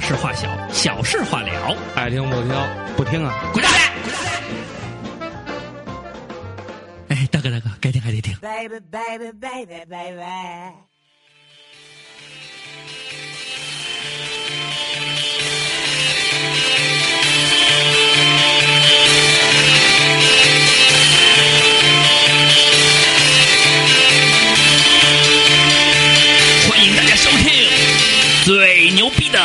事化小，小事化了。爱听不听，不听啊！滚蛋！哎，大哥大哥，该听还得听。 baby, baby, baby, baby. 欢迎大家收听最牛逼的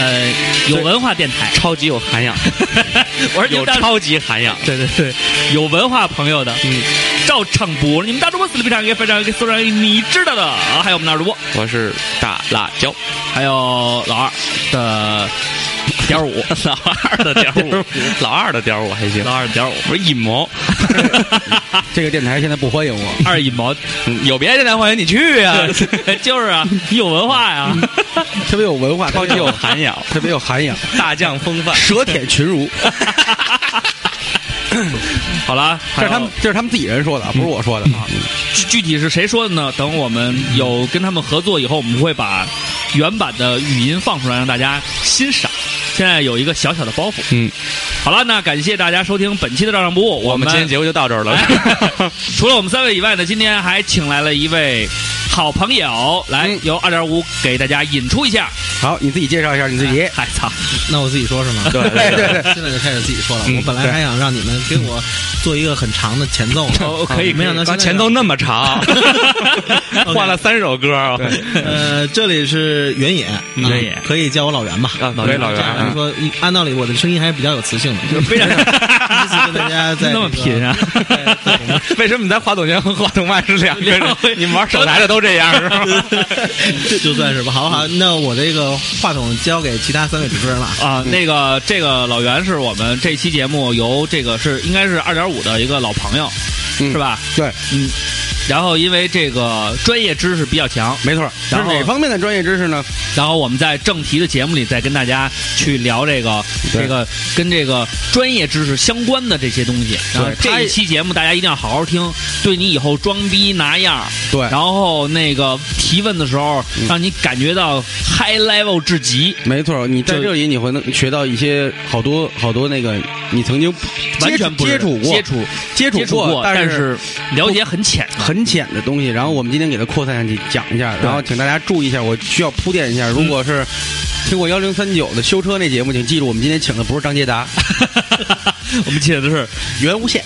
呃有文化电台。超级有涵养， 我说你有们大超级涵养。对对对，有文化朋友的，嗯，照唱播。你们大主播死里非常给非常给非常你知道的啊，还有我们的二主播，我是大辣椒，还有老二 的点五，老二的点五，老二的点五还行老。二的点五，我是一毛，这个电台现在不欢迎我，二一毛，嗯有别的电台欢迎你去啊！就是啊，你有文化呀，特别有文化， 超级有涵养，特别有涵养，大将风 范。舌舔群儒。好了， 这是他们，这是他们自己人说的，不是嗯我说的啊。具具体是谁说的呢？等我们有跟他们合作以后，我们会把原版的语音放出来，让大家欣赏。现在有一个小小的包袱。嗯，好了，那感谢大家收听本期的照常不误。我我们们今 天节目就到这儿了。哎 除了我们三位以外呢，今天还请来了一位好朋友，来嗯由二点五给大家引出一下。好，你自己介绍一下你自己。嗨 操，那我自己说是吗？对对对 对，现在就开始自己说了。嗯我本来还想让你们给我做一个很长的前奏 呢，哦可以没想到刚现在前让奏那么 长，换了三首歌啊。呃，这里是原野，啊原野可以叫我老袁吧。啊，可以老这袁样来啊，说，一按道理我的声音还是比较有磁性的， 就非常第一次跟大家在那么这个贫啊！为什么你在话筒前和话筒外是两个人？你们 玩手台的都这样是吗？这就算是吧，好不好？那我这个话筒交给其他三位主持人了啊。啊，嗯那个这个老袁是我们这期节目由这个是应该是二点五的一个老朋友，嗯是吧？对，嗯。然后因为这个专业知识比较强， 没错，是然后哪方面的专业知识呢？然后我们在正题的节目里再跟大家去聊这个对这个跟这个专业知识相关的这些东西。然后他这一期节目大家一定要好好听，对你以后装逼拿样儿，对嗯然后那个提问的时候让你感觉到 high level 至极，没错，你在就这里你会能学到一些好多好多那个你曾经完接全不接是触过接触接触接触过，但但是了解很 浅 的。很浅的东西，然后我们今天给它扩散下去讲一下，然后请大家注意一下，我需要铺垫一下。如果是听过幺零三九的修车那节目，请记住，我们今天请的不是张 捷达，我们写的是袁无哎限。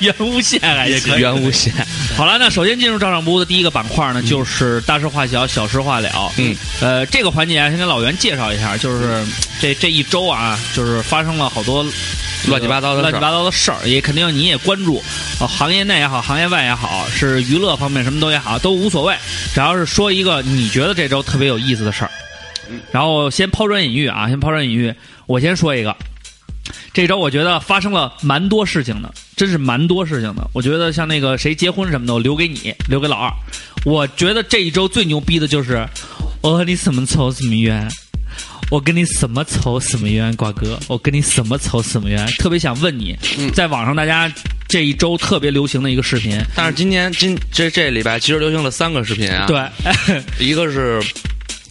原无限还行，袁无限，好了，那首先进入照相屋的第一个板块呢，就是大事化小，小事化了。嗯，呃，这个环节啊，先跟老袁介绍一下，就是这这一周啊，就是发生了好多乱七八糟的事儿乱七八糟的事儿，也肯定你也关注，啊，行业内也好，行业外也好，是娱乐方面什么都也好，都无所谓，只要是说一个你觉得这周特别有意思的事儿。嗯然后先抛砖引玉啊，先抛砖引玉，我先说一个。这周我觉得发生了蛮多事情的，真是蛮多事情的。我觉得像那个谁结婚什么的，我留给你，留给老二。我觉得这一周最牛逼的就是，我和你什么仇什么冤，我跟你什么仇什么冤，瓜哥，我跟你什么仇什么冤。特别想问你，在网上大家这一周特别流行的一个视频，但是今天今这这礼拜其实流行了三个视频啊， 对，一个是。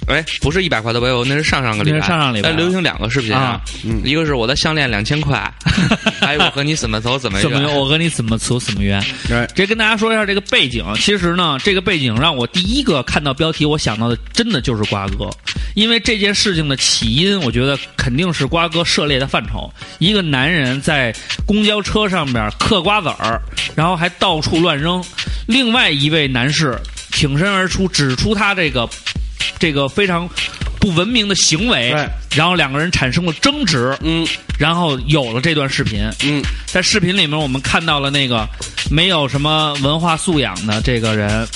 哎，不是一百块的围殴，那是上上个礼拜，哎那是上上礼拜但流行两个视频啊啊，一个是我的项链两千块， 哎，我和你怎么走怎么怎么冤？远，我和你怎么仇什么冤？对直接跟大家说一下这个背景。啊其实呢，这个背景让我第一个看到标题，我想到的真的就是瓜哥，因为这件事情的起因，我觉得肯定是瓜哥涉猎的范畴。一个男人在公交车上面嗑瓜子儿，然后还到处乱扔，另外一位男士挺身而出，指出他这个这个非常不文明的行为对，然后两个人产生了争执，嗯然后有了这段视频。嗯，在视频里面，我们看到了那个没有什么文化素养的这个人，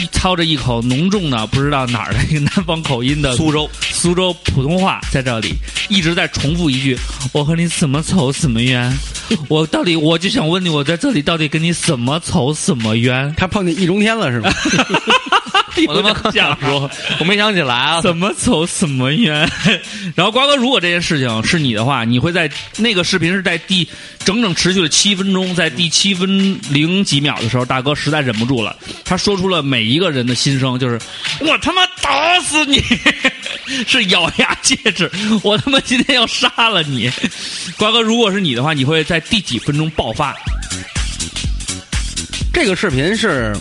一操着一口浓重的不知道哪儿的一个南方口音的苏州，苏州普通话，在这里一直在重复一句：“我和你怎么仇什么冤？我到底我就想问你，我在这里到底跟你什么仇什么 冤他碰见易中天了是吗？？”我他妈想说，我没想起来 啊，怎么仇什么冤？ 然后瓜哥，如果这件事情是你的话，你会在那个视频是在第整整持续了七分钟，在第七分零几秒的时候，大哥实在忍不住了，他说出了每一个人的心声，就是我他妈打死你！ 是咬牙切齿，我他妈今天要杀了你，瓜哥！如果是你的话，你会在第几分钟爆发？这个视频是，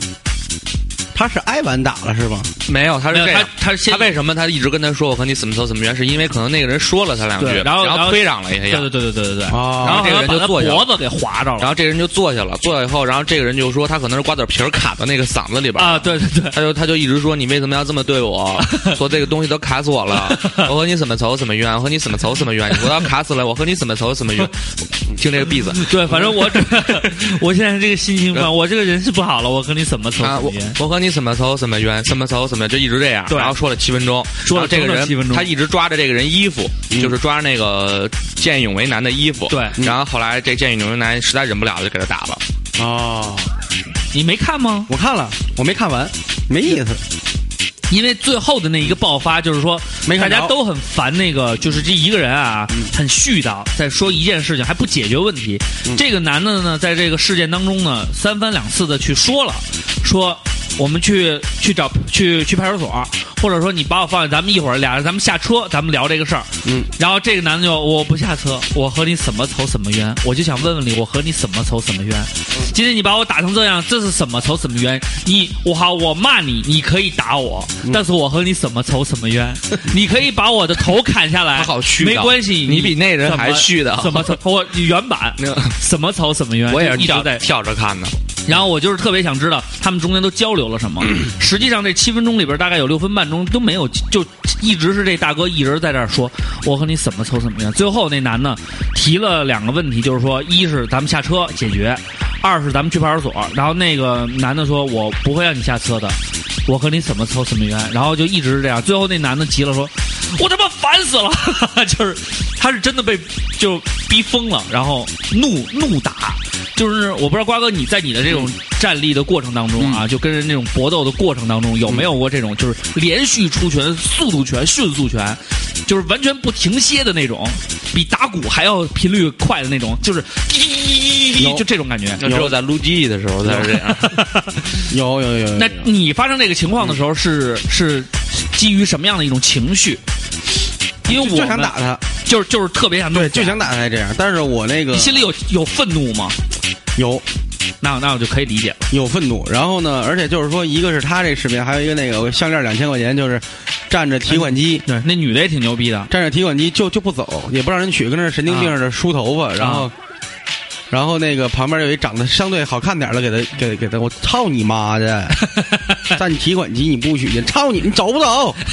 他是挨完打了是吧？没有，他是没有这样。他他先他为什么他一直跟他说我和你怎么仇怎么怨？是因为可能那个人说了他两句，对，然后后然然推攘了一哎下对，对对对对对对，哦然后这个人好像把他就坐下脖了子给划着然了后这个人就坐下了，坐下以后，然后这个人就说他可能是瓜子皮儿卡到那个嗓子里边儿啊！对对对，他就他就一直说你为什么要这么 对我？说这个东西都卡死我了，我和你怎么仇怎么怨，我和你怎么仇怎么怨，你我要卡死了，我和你怎么仇 怎么怨。你听这个 B 子对，反正我这 我现在这个心情，呃反正我这个人是不好了，我和你怎么怎啊，么我言我和你怎么仇怎么冤，怎么仇怎么就一直这样，对然后说了七分钟，说了然整后这个整人七分钟他一直抓着这个人衣服，就是抓着那个见义勇为男的衣服，对然后后来这见义勇为男实在忍不了了，就给他打了。哦，你没看吗？我看了，我没看完，没意思。因为最后的那一个爆发，就是说，没大看着嗯家都很烦那个，就是这一个人啊，很絮叨，在说一件事情还不解决问题。嗯这个男的呢，在这个事件当中呢，三番两次的去说了，说我们去去找去去派出所，或者说你把我放下，咱们一会儿俩人咱们下车，咱们聊这个事儿。嗯，然后这个男的就我不下车，我和你怎么仇怎么冤，我就想问问你，我和你怎么仇怎么冤？今天你把我打成这样，这是什么仇什么冤？你我好，我骂你，你可以打我，嗯但是我和你怎么仇什么 冤？你可以把我的头砍下来，他好絮叨没关系，你比那人还絮叨怎么怎么仇？我原版那什么仇什么冤？我也是就一直跳在跳着看的，然后我就是特别想知道他们中间都交流了什么。实际上这七分钟里边，大概有六分半钟都没有，就一直是这大哥一直在这儿说我和你怎么抽怎么样。最后那男的提了两个问题，就是说一是咱们下车解决，二是咱们去派出所。然后那个男的说我不会让你下车的。我和你怎么抽怎么冤，然后就一直是这样。最后那男的急了，说：“我他妈烦死了！”就是他是真的被就逼疯了，然后怒怒打。就是我不知道瓜哥你在你的这种站立的过程当中啊，就跟人那种搏斗的过程当中，有没有过这种就是连续出拳、速度拳、迅速拳，就是完全不停歇的那种，比打鼓还要频率快的那种，就是滴滴滴滴滴滴有就这种感觉。那只有在撸鸡的时候才是这样。有有有有，那有你发生这个情况的时候是是基于什么样的一种情绪？因为我就想们打他，就是就是特别想弄对，就想打他才这样。但是我那个你心里有有愤怒吗？有那那我就可以理解了。有愤怒，然后呢，而且就是说，一个是他这视频，还有一个那个项链两千块钱，就是站着提款机。对，那女的也挺牛逼的，站着提款机就就不走，也不让人取，跟那神经病似的梳头啊发，然后，然后那个旁边有一长得相对好看点儿的，给他给给他，我操你 妈的！站你提款机你不许进，操你，你走不 走？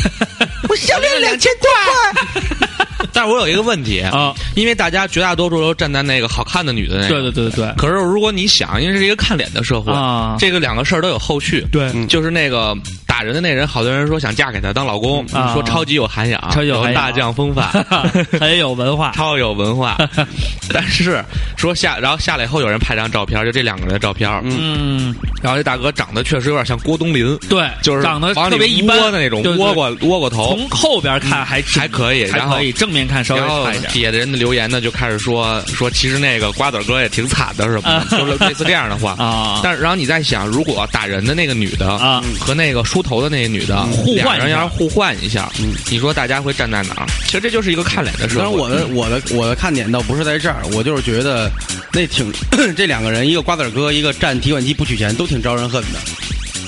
我项链两千多块。 但是我有一个问题啊，因为大家绝大多数都站在那个好看的女的那个，对对对对对可是如果你想，因为这是一个看脸的社会，啊这个两个事儿都有后续。对嗯就是那个打人的那人，好多人说想嫁给他当老公，啊说超级有涵养，超级有涵养大将风范， 很有文 化。超有 文化。但是说下，然后下来以后有人拍张照片，就这两个人的照片，嗯嗯，然后这大哥长得确实有点像郭冬临，对，就是长得往里特别一般窝的那种对，对窝过窝过头。嗯从后边看还挺还可以还然后可以，正面看稍微然后差一点。底下的人的留言呢，就开始说说，其实那个瓜子儿哥也挺惨的，什 么的，就是类似这样的话啊但是然后你再想，如果打人的那个女的啊和那个梳头的那个女的嗯互换两人一下嗯要是互换一下，你说大家会站在哪儿？其实这就是一个看脸的事。嗯当然，我的我的我的看点倒不是在这儿，我就是觉得那挺 这两个人，一个瓜子儿哥，一个站提款机不取钱，都挺招人恨的。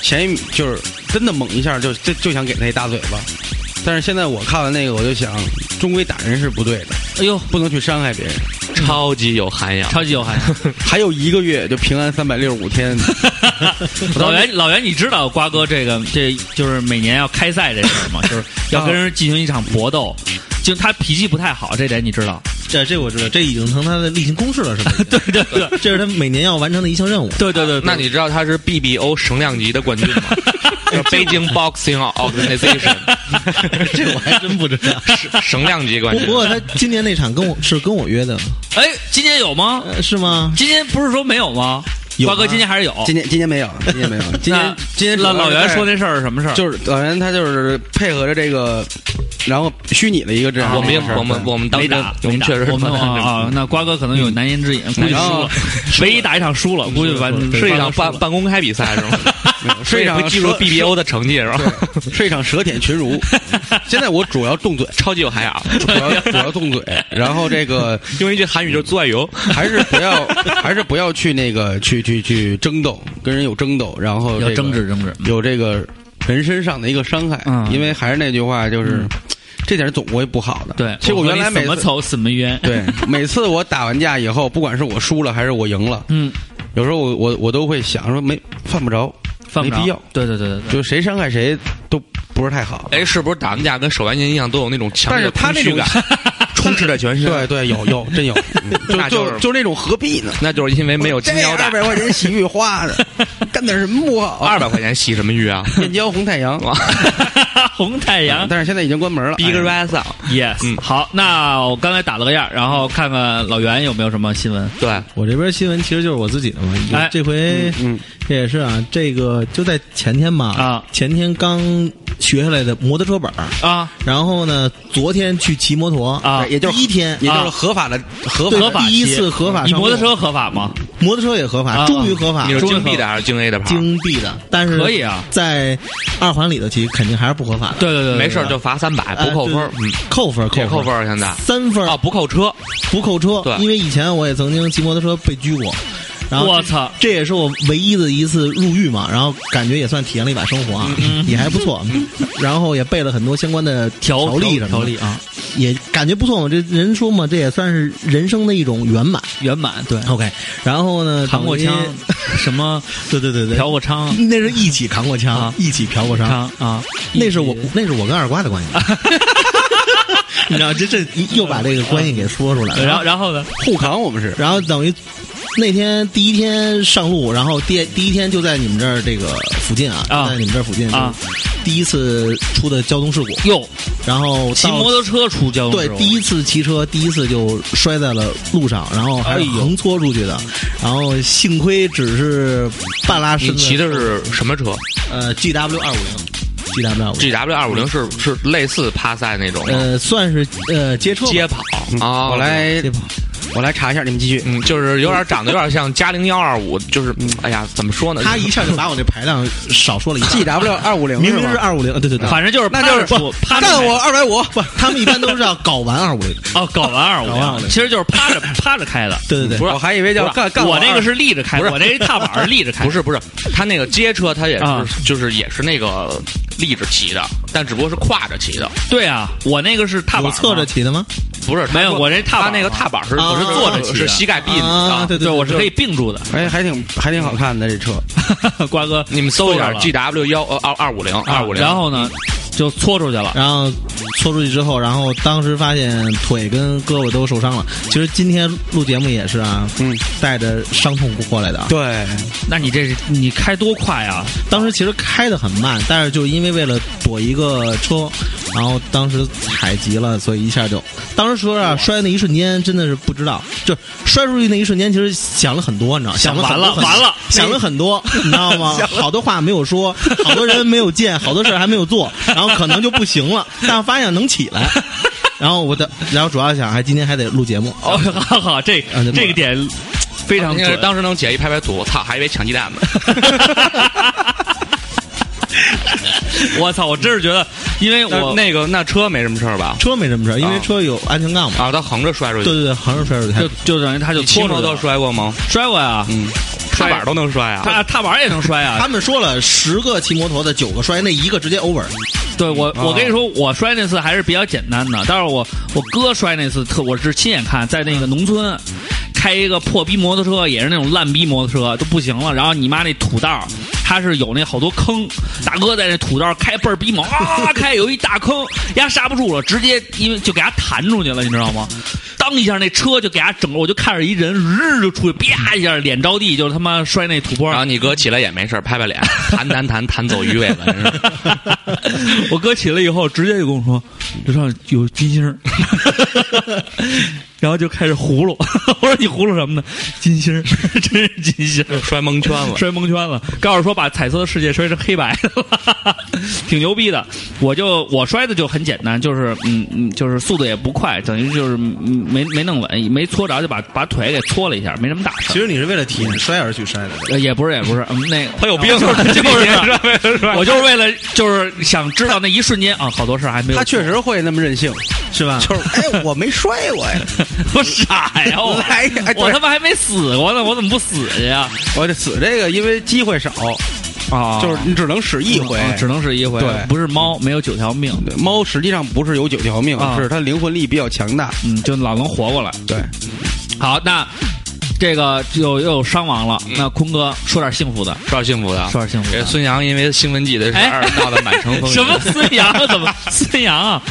前一米就是真的猛一下就就就想给他一大嘴巴，但是现在我看完那个，我就想，终归打人是不对的，哎呦，不能去伤害别人。超级有涵养。超级有涵养。还有一个月就平安三百六十五天， 老袁，老袁，你知道瓜哥这个这就是每年要开赛这事儿吗？就是要跟人进行一场搏斗，就他脾气不太好，这点你知道？这这我知道，这已经成他的例行公事了，是吧？ 对对对这是他每年要完成的一项任务。对对对，那你知道他是 BBO 省量级的冠军 吗？叫 Beijing Boxing Organization 这我还真不知道。省量级冠不军不。过他今年那场跟我是跟我约的，哎，今年有吗？呃是吗？今年不是说没有吗？有瓜啊哥今年还是哦有。今年今年没有，今年没有， 今那年今年主老要老是袁在说那事儿是什么事儿？就是老袁他就是配合着这个然后虚拟的一个这样的啊我们也一个事儿我们我们当没时打，我没们打确实我们啊啊，那瓜哥可能有难言之隐，估计输然后了，唯一打一场输了，估计完是一场半半半公开比赛是吗？ 是一场会计入蛇 BBO 的成绩是吧？是一场舌舔群儒。现在我主要动嘴， 超级有涵养，主要主要动嘴，然后这个用一句韩语就是做爱油。嗯还是不要，还是不要去那个去去去争斗，跟人有争斗，然后、这要个、争执，争执，有这个人身上的一个伤害。嗯因为还是那句话，就是、这点总归不好的。对。其实我和原你来每怎么次走怎么冤，对每次我打完架以后，不管是我输了还是我赢了，嗯，有时候我我我都会想说没犯不着，犯不着啊没必要对对对对对，就谁伤害谁都不是太好。哎，是不是打完架跟手完年一样都有那种强但烈的是他空那虚种感，充斥在全身？对，对有有 真有，嗯那就就是就就那种何必呢？那就是因为没有金腰二带哦百。块钱洗浴花的，干点什么不好？二百块钱洗什么浴啊面交红太阳， 啊红太阳但是现在已经关门了。 ？Big 哎 Rise，up ，yes，嗯好，那我刚才打了个样，然后看看老袁有没有什么新闻，对，我这边新闻其实就是我自己的嘛，哎这回嗯，这也是啊，这个就在前天吧，啊前天刚学下来的摩托车本儿，啊然后呢，昨天去骑摩托，啊对，也就是第一天也就是啊合法的合对合法第一骑次合法你上摩托路车合法吗？摩托车也合啊法，终于合法你了，是中文京 B 的还是京 A 的牌？京 B 的，但是可以啊，在二环里头骑肯定还是不合法的，对对对，没事儿就罚三百，呃不扣分儿，对嗯，扣分儿扣也扣分分儿嗯儿现在。三分儿哦，不扣车，不扣车，对因为以前我也曾经骑摩托车被拘过，然后我操这也是我唯一的一次入狱嘛，然后感觉也算体验了一把生活啊，嗯也还 不错，然后也背了很多相关的条条例什么条的例啊，也感觉不错嘛。这人说嘛，这也算是人生的一种圆满。圆满对， OK，然后呢，扛过等于枪，什么对对对对，嫖过娼那是一起扛过枪，啊一起嫖过娼，娼啊，那是我那是我跟二瓜 的关系。你知道，这这又把这个关系给说出来了。然后然后呢？互扛，我们是然后等于那天第一天上路，然后第第一天就在你们这儿这个附近啊，啊就在你们这儿附近啊，第一次出的交通事故，哟，然后到骑摩托车出交通对事故，第一次骑车，第一次就摔在了路上，然后还哎是呦横搓出去的，然后幸亏只嗯是半拉身你子。骑的是什么车呃 G W 二五零，G W 二五？GW 二五零，零是是类似趴赛那种吗呃，算是呃街车吧街跑啊？我来街跑。我来查一下，你们继续。嗯，就是有点长得有点像嘉陵幺二五，就是哎呀，怎么说呢？他一下就把我这排量少说了一半 G W 二五零明明是二五零，对对对，反正就是那就趴是着出趴着干开我二百五，不，他们一般都是要搞完二五零，哦，搞完二搞完五二五零，零其实就是趴着趴着开的。对对对，不是我还以为叫不是干干我这个二是立着开，不是我这一踏板是立着开， 不是不是，他那个街车他也是、啊就是也是那个立着骑的，但只不过是跨着骑的，对啊，我那个是踏板啊有嘛，侧着骑的吗？不是他没有说我这踏板他那个嘛踏板是啊我是坐着骑的，是膝盖闭的啊，对对，我是可以以并住的。哎，还挺还挺好看的这车， 瓜哥， 你们搜一下了 G W 幺呃二二五零啊二五零，嗯然后呢就搓出去了。然后搓出去之后，然后当时发现腿跟胳膊都受伤了。其实今天录节目也是啊，嗯，带着伤痛过来的啊。对，那你这是你开多快啊？当时其实开的很慢，但是就因为为了躲一个车，然后当时踩急了，所以一下就，当时说啊，摔那一瞬间真的是不知道，就摔出去那一瞬间，其实想了很多，你知道，想了很多完了完了想了很多，你知道吗？好多话没有说，好多人没有见，好多事儿还没有做，然后可能就不行 了，但发现能起来，然后我的，然后主要想还今天还得录节目，哦， 好好，这啊对这个点非常应该是准。当时能起来一拍拍土，我操，还以为抢鸡 蛋呢。 我操，我真是觉得，因为我那个那车没什么事儿吧？车没什么事儿，因为啊车有安全杠嘛。啊，他横着摔出去，对对对，横着摔出去还就就等于他就你骑搓摩出去托了摔过吗？摔过呀，嗯，摔踏板都能摔啊。踏踏板也能摔啊他。们说了，十个骑摩托的九个摔，那一个直接 over。对我，我跟你说，我摔那次还是比较简单的，但是我我哥摔那次特，我是亲眼看，在那个农村。开一个破逼摩托车，也是那种烂逼摩托车，都不行了。然后你妈那土道儿，它是有那好多坑，大哥在那土道儿开倍儿逼猛啊，开有一大坑，丫刹不住了，直接因为就给他弹出去了，你知道吗？当一下那车就给他整个，我就看着一人日就出去，啪一下脸着地，就他妈摔那土坡然上后。你哥起来也没事儿，拍拍 脸，弹弹弹弹走鱼尾了，真 是。 我哥起来以后，直接就跟我说：“刘少有金星儿。” 然后就开始葫芦。 我说你葫芦什么呢？金星儿， 真是金星儿，摔蒙圈 了。摔蒙圈了。告诉说把彩色的世界摔成黑白的 了，挺牛逼的。我就我摔的就很简单，就是嗯嗯，就是速度也不快，等于就是嗯没没弄稳，没搓着就把把腿给搓了一下，没什么大事其。实你是为了体验摔而去摔的，呃也不是也不是，嗯那个他有病，啊 就是我就是为了就是想知道那一瞬间啊，好多事儿还没有。他确实会那么任性，是吧？就是哎，我没摔过呀，我傻呀！我来呀哎对哦我他妈还没死过呢，我怎么不死去呀？我这死这个，因为机会少，啊嗯就是你只能使一回。哦只能是一回，对不是猫没有九条命，对猫实际上不是有九条命，啊是它灵魂力比较强大。嗯，就老能活过来。对，好，那这个又又有伤亡了，那坤哥说点幸福的，啊说幸福的。啊说点幸福这的。呃孙杨因为兴奋剂的事儿闹得满城风哎雨。什么？孙杨啊？怎 么孙杨啊？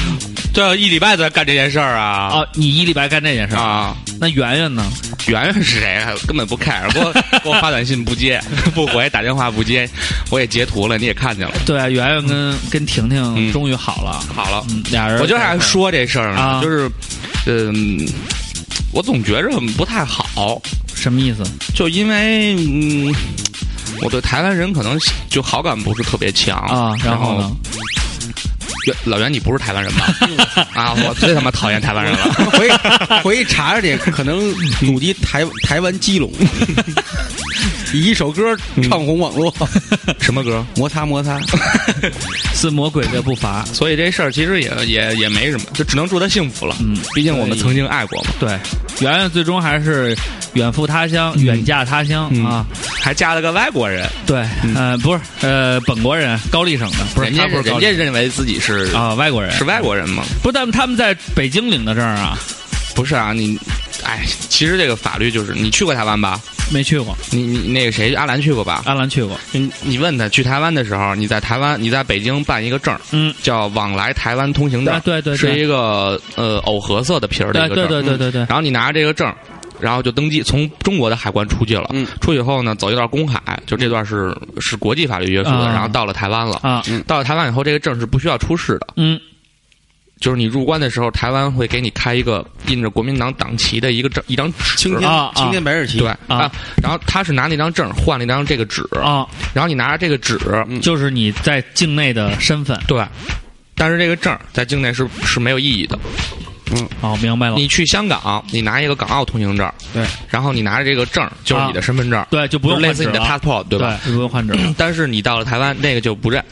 这一礼拜在干这件事儿啊啊，你一礼拜干这件事儿，啊！那圆圆呢？圆圆是谁啊？根本不 care，给我给我发短信不接，不回，打电话不接，我也截图了，你也看见了。对，啊圆圆跟跟婷婷嗯终于好了，好了，嗯，俩人我就还说这事儿啊呢，就是，嗯，我总觉着不太好，什么意思？就因为嗯，我对台湾人可能就好感不是特别强啊，然然后呢？袁老袁，你不是台湾人吧？ 啊，我最他妈讨厌台湾人了。 回回去查查去，可能祖籍台台湾基隆，以一首歌唱红网络，什么歌？摩擦摩擦。是魔鬼的步伐，所以这事儿其实也也也没什么，就只能祝他幸福了。嗯，毕竟我们曾经爱过嘛，对，圆圆最终还是远赴他乡，远嫁他乡、嗯啊。还嫁了个外国人，对，呃，不是，呃，本国人，高丽省的，不是，人家他不是高人丽家认为自己是啊，外国人是外国人嘛？不，但他们在北京领的证啊，不是啊，你，哎，其实这个法律就是你去过台湾吧？没去过，你你那个谁阿兰去过吧？阿兰去过，你你问他去台湾的时候，你在台湾你在北京办一个证儿，嗯，叫往来台湾通行证啊，，对对是对，一个呃藕荷色的皮儿对的一个证对儿，对对对对，然后你拿着这个证儿，然后就登记，从中国的海关出去了。嗯出去以后呢，走一段公海，就这段是是国际法律约束的。啊然后到了台湾了，啊，到了台湾以后，这个证是不需要出示的。嗯，就是你入关的时候，台湾会给你开一个印着国民党党旗的一个证，一张纸。青天、啊啊青天白日旗，对啊然后他是拿那张证换了一张这个纸，啊，然后你拿着这个纸，嗯就是你在境内的身份，对，但是这个证在境内是是没有意义的。哦，明白了，你去香港，你拿一个港澳通行证，对，然后你拿着这个证就是你的身份证，对，啊就不用就是类换似纸你的了， passport，对吧？对，就不用换纸了， 但是你到了台湾，那个就不认。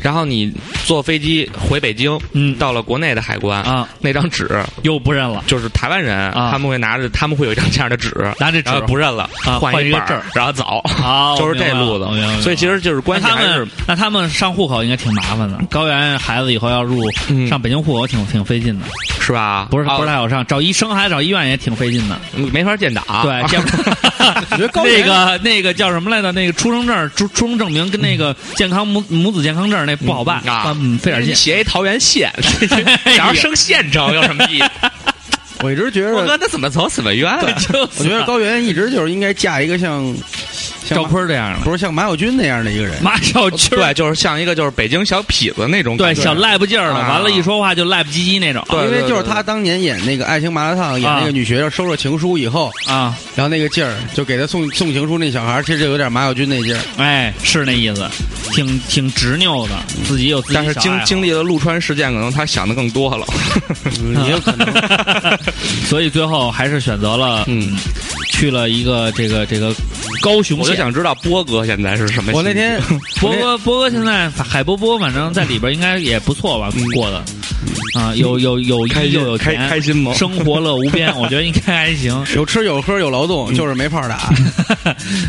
然后你坐飞机回北京，嗯到了国内的海关，啊，那张纸又不认了就是台湾人，啊他们会拿着，他们会有一张这样的纸，拿这纸然后不认了，啊换一一个本儿证儿然后走，啊， 就是这路我明白了我明白子。了所以其实就是关系那他还是们那他们上户口应该挺麻烦的。高原孩子以后要入、嗯上北京户口挺挺费劲的，是吧？不是、啊不是太好上，找医生还找医院也挺费劲的。没法建档，对，见 不高那原个那个叫什么来着？那个出生证、出出生证明跟那个健康母母子健康证那不好办嗯啊嗯，费 点劲。写一桃 园县，呀假如升县城有什么 意义？我一直觉我得哥，那怎么走怎么冤啊？就我觉得高原一直就是应该嫁一个像像赵马坤这样的不是像马小军那样的一个人。马小军儿，对，就是像一个就是北京小痞子那种对感觉，小赖不劲儿的，啊完了，一说话就赖不唧唧那种。对因为就是对对他当年演那个《爱情麻辣烫》，演那啊个女学生收着情书以后，啊，然后那个劲儿就给他送送情书那小孩儿，其实有点马小军那劲儿。哎，是那意思，挺挺执拗的，自己有自己但是小爱经好经历了陆川事件，可能他想的更 多了。也有可能 所以最后还是选择了嗯，去了一个这个这个高雄我就县。想知道波哥现在是什么心情。 我那天波哥波哥现在海波波反正在里边应该也不错吧，过的啊，有有有开衣心又有开开钱，心吗？生活乐无边，我觉得应该还行。有吃有喝有劳动，就是没炮打。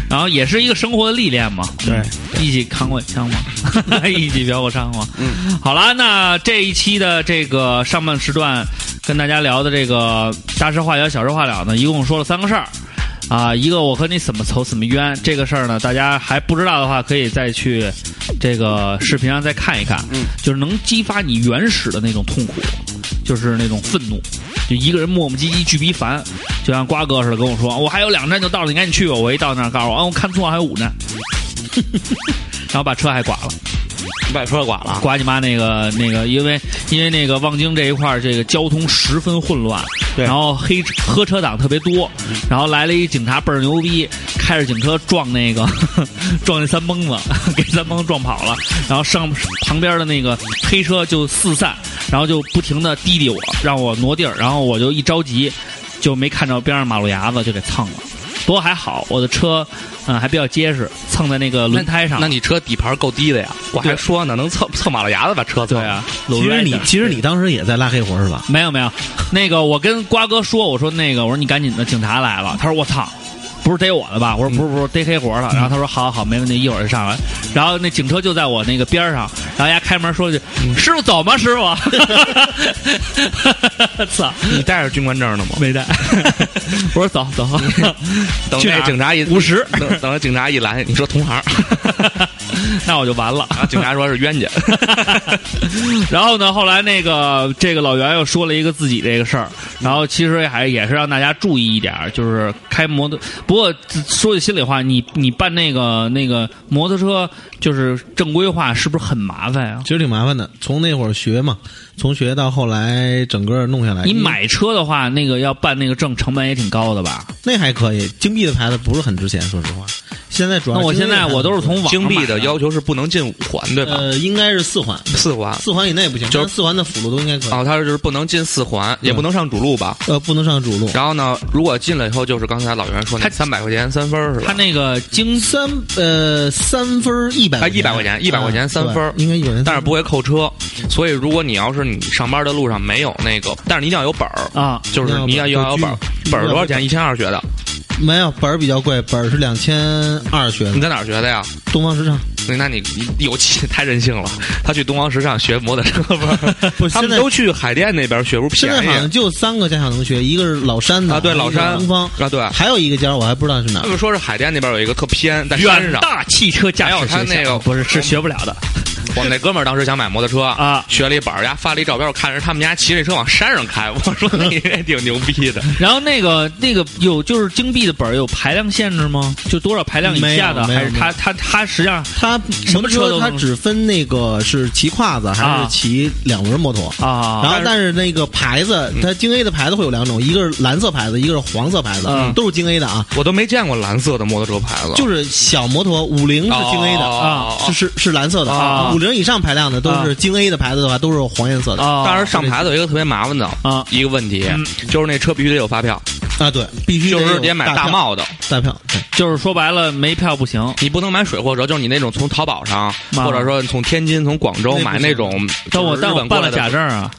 然后也是一个生活的历练嘛，对嗯，一起扛过枪嘛， 一起飙过山嘛。嗯，好啦，那这一期的这个上半时段跟大家聊的这个大事化小、小事化了呢，一共说了三个事儿。啊，一个我和你怎么仇怎么冤这个事儿呢，大家还不知道的话，可以再去这个视频上再看一看，嗯，就是能激发你原始的那种痛苦，就是那种愤怒，就一个人磨磨唧唧巨逼烦，就像瓜哥似的跟我说，我还有两站就到了，你赶紧哦去吧。我一到那儿告诉我，啊，我看错了还有五站，然后把车还剐了。外坡剐了。瓜你妈那个那个，因为因为那个望京这一块儿这个交通十分混乱，对然后黑车喝车党特别多，然后来了一警察倍儿牛逼，开着警车撞那个 撞那三蹦子， 给三蹦子撞跑了，然后上旁边的那个黑车就四散，然后就不停的滴滴我，让我挪地儿，然后我就一着急就没看着边上马路牙子就给蹭了。不过还好，我的车，嗯，还比较结实，蹭在那个轮胎上。 那你车底盘够低的呀？我还对说呢，能蹭蹭马路牙子把车蹭。对啊，其实你其实你当时也在拉黑活是吧？没有没有，那个我跟瓜哥说，我说那个我说你赶紧的，警察来了。他说我操，不是逮我的吧？我说不是不是，逮黑活了。然后他说好好好，没问题，一会儿就上来。然后那警车就在我那个边儿上，然后人家开门说了句：“师傅走吗？师傅？”操，你带着军官证呢吗？没带。 我说走 走，等去哪那儿啊警察一五十 ，等等那警察一来，你说同 行，那我就完了。然后啊警察说是冤 家。然后呢，后来那个这个老袁又说了一个自己这个事儿，然后其实还也是让大家注意一点儿，就是开摩托。不过说句心里话，你你办那个那个摩托车就是正规化，是不是很麻烦啊？其实挺麻烦的，从那会儿学嘛，从学到后来整个弄哎下来，你因为买车的话，那个要办那个证，成本也挺高的吧？那还可以，金币的牌子不是很值钱，说实话。现在主要那我金现币的在牌子我都是从网上金币买的嗯的要求是不能进五环，对吧？呃，应该是四环，四环四环以内不行，就是但四环的辅路都应该可以。啊，他就是不能进四环，也不能上主路吧？呃，不能上主路。然后呢，如果进了以后，就是刚才老袁说那他三百块钱三分儿是他吧？那个京三呃三分一百啊100块钱100块钱三分儿应该一百钱，但是不会扣车，所以如果你要是你上班的路上没有那个，但是你一定要有本儿，啊，就是你要要有本儿就拘，本儿多少钱？一千二学的，没有本儿比较贵，本儿是两千二学你的，在哪儿学的呀？东方时尚。那那你你有气太任性了，他去东方时尚学摩托车吧不，他现们在都去海淀那边学，不是现在便好像宜就三个驾校能学，一个是老山的啊对还有一个老山嗯东方啊？对，还有一个家我还不知道是哪他儿。们说是海淀那边有一个特偏，在哎山远上。大汽车驾还有驶学他校，那个不是是学不了的我们那哥们儿当时想买摩托车啊学了一本儿，人家发了一照片，我看着他们家骑着车往山上开，我 说你这挺牛逼的。然后那个那个有就是金币的本儿有排量限制吗？就多少排量以下的？没有没有还是它它它实际上它什么车都它能只分那个是骑胯子还啊是骑两轮摩托。啊？然后，但是那个牌子，它京 A 的牌子会有两种，一个是蓝色牌子，一个是黄色牌子嗯，都是京 A 的啊。我都没见过蓝色的摩托车牌子，就是小摩托五菱是京 A 哦的，啊是是是蓝色的啊。五菱以上排量的都是京 A 的牌子的话，都是黄颜色的啊，当时上牌子有一个特别麻烦的啊一个问题嗯，就是那车必须得有发票，啊。对，必须就是得得有买大大票帽的，大票。对就是说白了没票不行，你不能买水货车，就是你那种从淘宝上啊或者说从天津、从广州那不买行那种，但我就是但日我本过办了来的假证啊，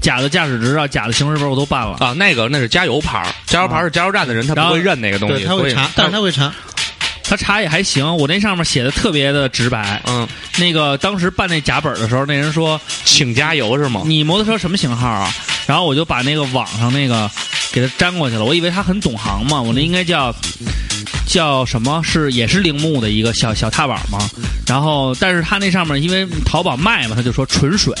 假的驾驶执照、假的行驶本我都办了。啊，那个那是加油牌儿，加油牌儿是加油站的人他然不后会认那个东西，啊对，他会所以查，但是他会查。他查也还行，我那上面写的特别的直白。嗯，那个当时办那假本儿的时候，那人说请加油是吗？你摩托车什么型号啊？然后我就把那个网上那个给他粘过去了。我以为他很懂行嘛，我那应该叫叫什么是也是铃木的一个小小踏板嘛。然后，但是他那上面因为淘宝卖嘛，他就说纯水，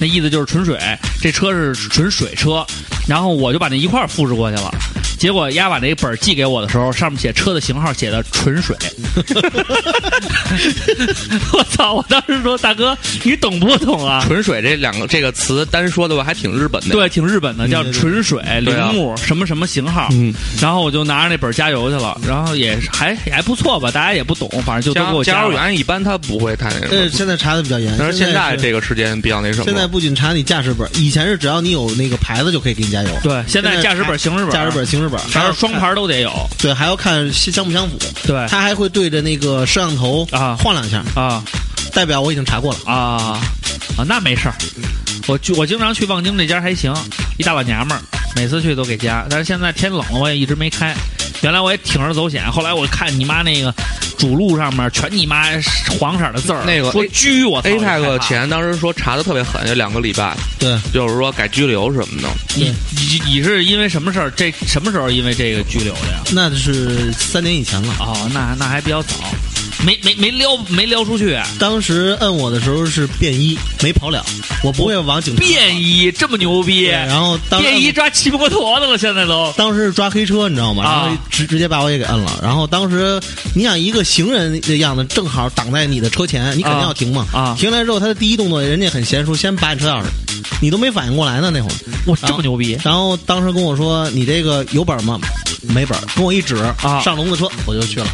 那意思就是纯水，这车是纯水车。然后我就把那一块儿复制过去了。结果丫把那本儿寄给我的时候，上面写车的型号写的纯水， 我操！我当时说大哥，你懂不懂嗯啊？纯水这两个这个词单说的话还挺日本的，对，挺日本的，啊叫对对纯水铃木什么什么型号。嗯然后我就拿着那本加油去了，然后也还也还不错吧，大家也不懂，反正就都加给我加了油员一般他不会太那呃，什么。现在查的比较严。但是现在在是这个时间比较那什么，现在不仅查你驾驶本，以前是只要你有那个牌子就可以给你加油。对，现在现在驾驶本、行驶本、驾驶本、行驶本，还是双还牌都得有。有，对，还要看相不相符。哎对他还会对着那个摄像头啊晃两下，啊代表我已经查过了。啊啊，那没事儿。我去，我经常去望京这家还行，一大老娘们儿，每次去都给加。但是现在天冷了，我也一直没开。原来我也铤而走险，后来我看你妈那个主路上面全你妈黄色的字儿，那个说 A- 狙我操 A 我就 tag 害怕前当时说查的特别狠，就两个礼拜，对，就是说改拘留什么的。嗯你你你是因为什么事儿？这什么时候因为这个拘留的呀？那是三年以前了。哦，那那还比较早。没没没撩没撩出去，当时摁我的时候是便衣，没跑了，我不会往警察便衣这么牛逼对，然后当便衣抓骑摩托的了，现在都当时是抓黑车，你知道吗？啊然后直直接把我也给摁了。然后当时你想一个行人的样子，正好挡在你的车前，你肯定要停嘛。啊啊停下来之后，他的第一动作，人家很娴熟，先把你车钥匙，你都没反应过来呢那会儿。哇这么牛逼然后当时跟我说：“你这个有本吗？”没本儿，跟我一指啊上笼子车我就去了。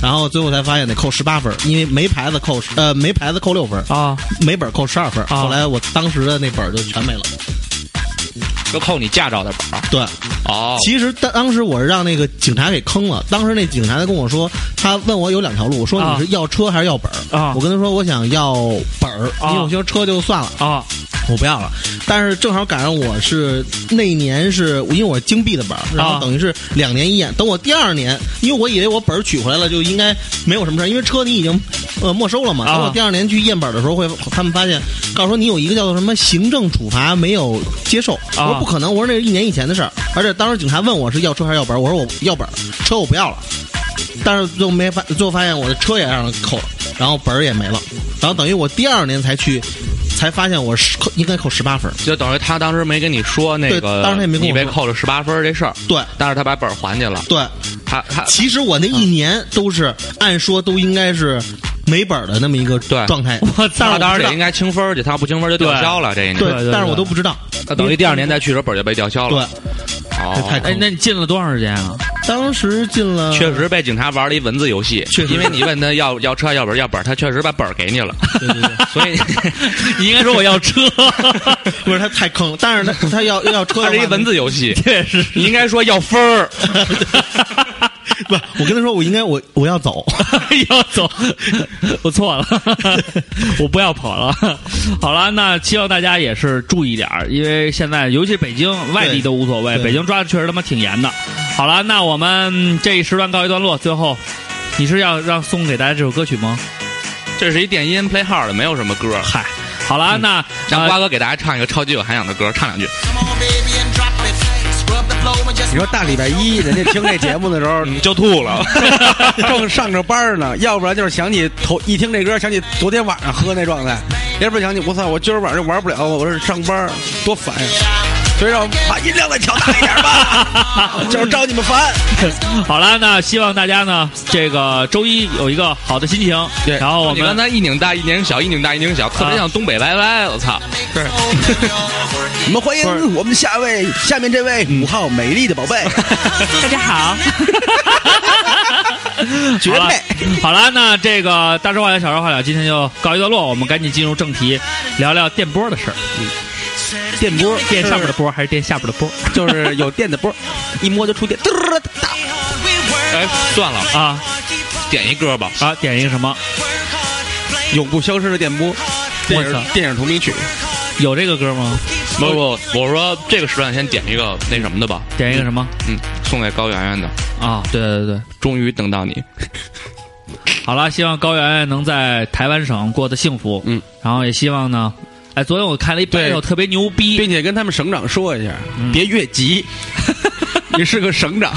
然后最后才发现得扣十八分儿，因为没牌子扣10呃没牌子扣六分儿，啊！没本儿扣十二分儿。啊后来我当时的那本儿就全没了。就扣你驾照的本儿。对，哦，其实当当时我是让那个警察给坑了。当时那警察跟我说，他问我有两条路，说啊你是要车还是要本儿？啊我跟他说我想要本儿，啊因为我觉得车就算了，啊我不要了。但是正好赶上我是那一年是因为我是京 B 的本儿，啊然后等于是两年一验。等我第二年，因为我以为我本儿取回来了就应该没有什么事儿，因为车你已经呃没收了嘛。啊等我第二年去验本儿的时候会，他们发现告诉说你有一个叫做什么行政处罚没有接受，啊我说不可能，我说那是一年以前的事儿。而且当时警察问我是要车还是要本儿，我说我要本儿，车我不要了。但是最后没发，最后发现我的车也让人扣了，然后本儿也没了，然后等于我第二年才去，才发现我是扣应该扣十八分儿。就等于他当时没跟你说那个，对当时也没跟你我说被扣了十八分儿这事儿，对但是他把本儿还你了。对，他他其实我那一年都是按说都应该是没本儿的那么一个对状态，我但是操他我当不时知得道应，该清分儿去，他要不清分儿就吊销了。这对一年，对对但是我都不知道，那等于第二年再去的时候本儿就被吊销对了。，哦这太坑哎，那你进了多长时间啊？当时进了，确实被警察玩了一文字游戏，确实因为你问他要要车要本儿要本儿，他确实把本儿给你 了，对对对。所以你应该说我要车，不是他太坑了，但是他 他要要车它的是一话文字游戏。确实你应该说要分儿，不，我跟他说我应该我我要走， 要走，我错了， 我不要跑了。 好了，那希望大家也是注意点儿，因为现在尤其北京外地都无所谓，对北京抓的确实他妈挺严的。好了，那我们这一时段告一段落，最后。你是要让送给大家这首歌曲吗？这是一电音 play hard 的，没有什么啊歌儿。嗨，好了，嗯那让呃瓜哥给大家唱一个超级有涵养的歌，唱两句。你说大礼拜一，人家听这节目的时候就吐了， 正上着班儿呢，要不然就是想起头一听这歌，想起昨天晚上喝那状态，要不然想起我操，我今儿晚上玩不了，我这上班儿多烦呀、所以让我把音量再调大一点 吧，就是招你们烦。 好了，那希望大家呢，这个周一有一个好的心情。对然后我你刚们才一拧大一拧小，一拧大一拧小，特别像东北歪歪，我操！你们欢迎我们下位，下面这位五号美丽的宝贝，大家 好，绝好了配。好了，那这个大事化小，小事化了，今天就告一段落，我们赶紧进入正题，聊聊电波的事儿。 电波电上面的波还是电下边的波就是有电的波，一摸就触电，嘚儿哒。哎，算了，啊点一歌吧。啊！点一个什么？永不消失的电波，电我影操电影同名曲，有这个歌吗？不不，我说这个时段先点一个那什么的吧。点一个什么？嗯，送给高圆圆的。啊，对对对。终于等到你，好了，希望高圆圆能在台湾省过得幸福。嗯，然后也希望呢，哎，昨天我看了一朋友对特别牛逼，并且跟他们省长说一下，嗯别越 级，你是个省长。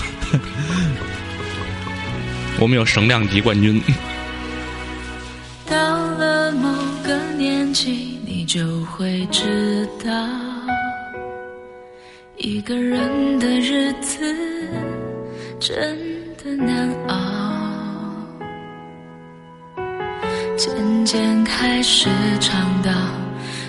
我们有省量级冠军。到了某个年纪，你就会知道，一个人的日子真的难熬。渐渐开始尝到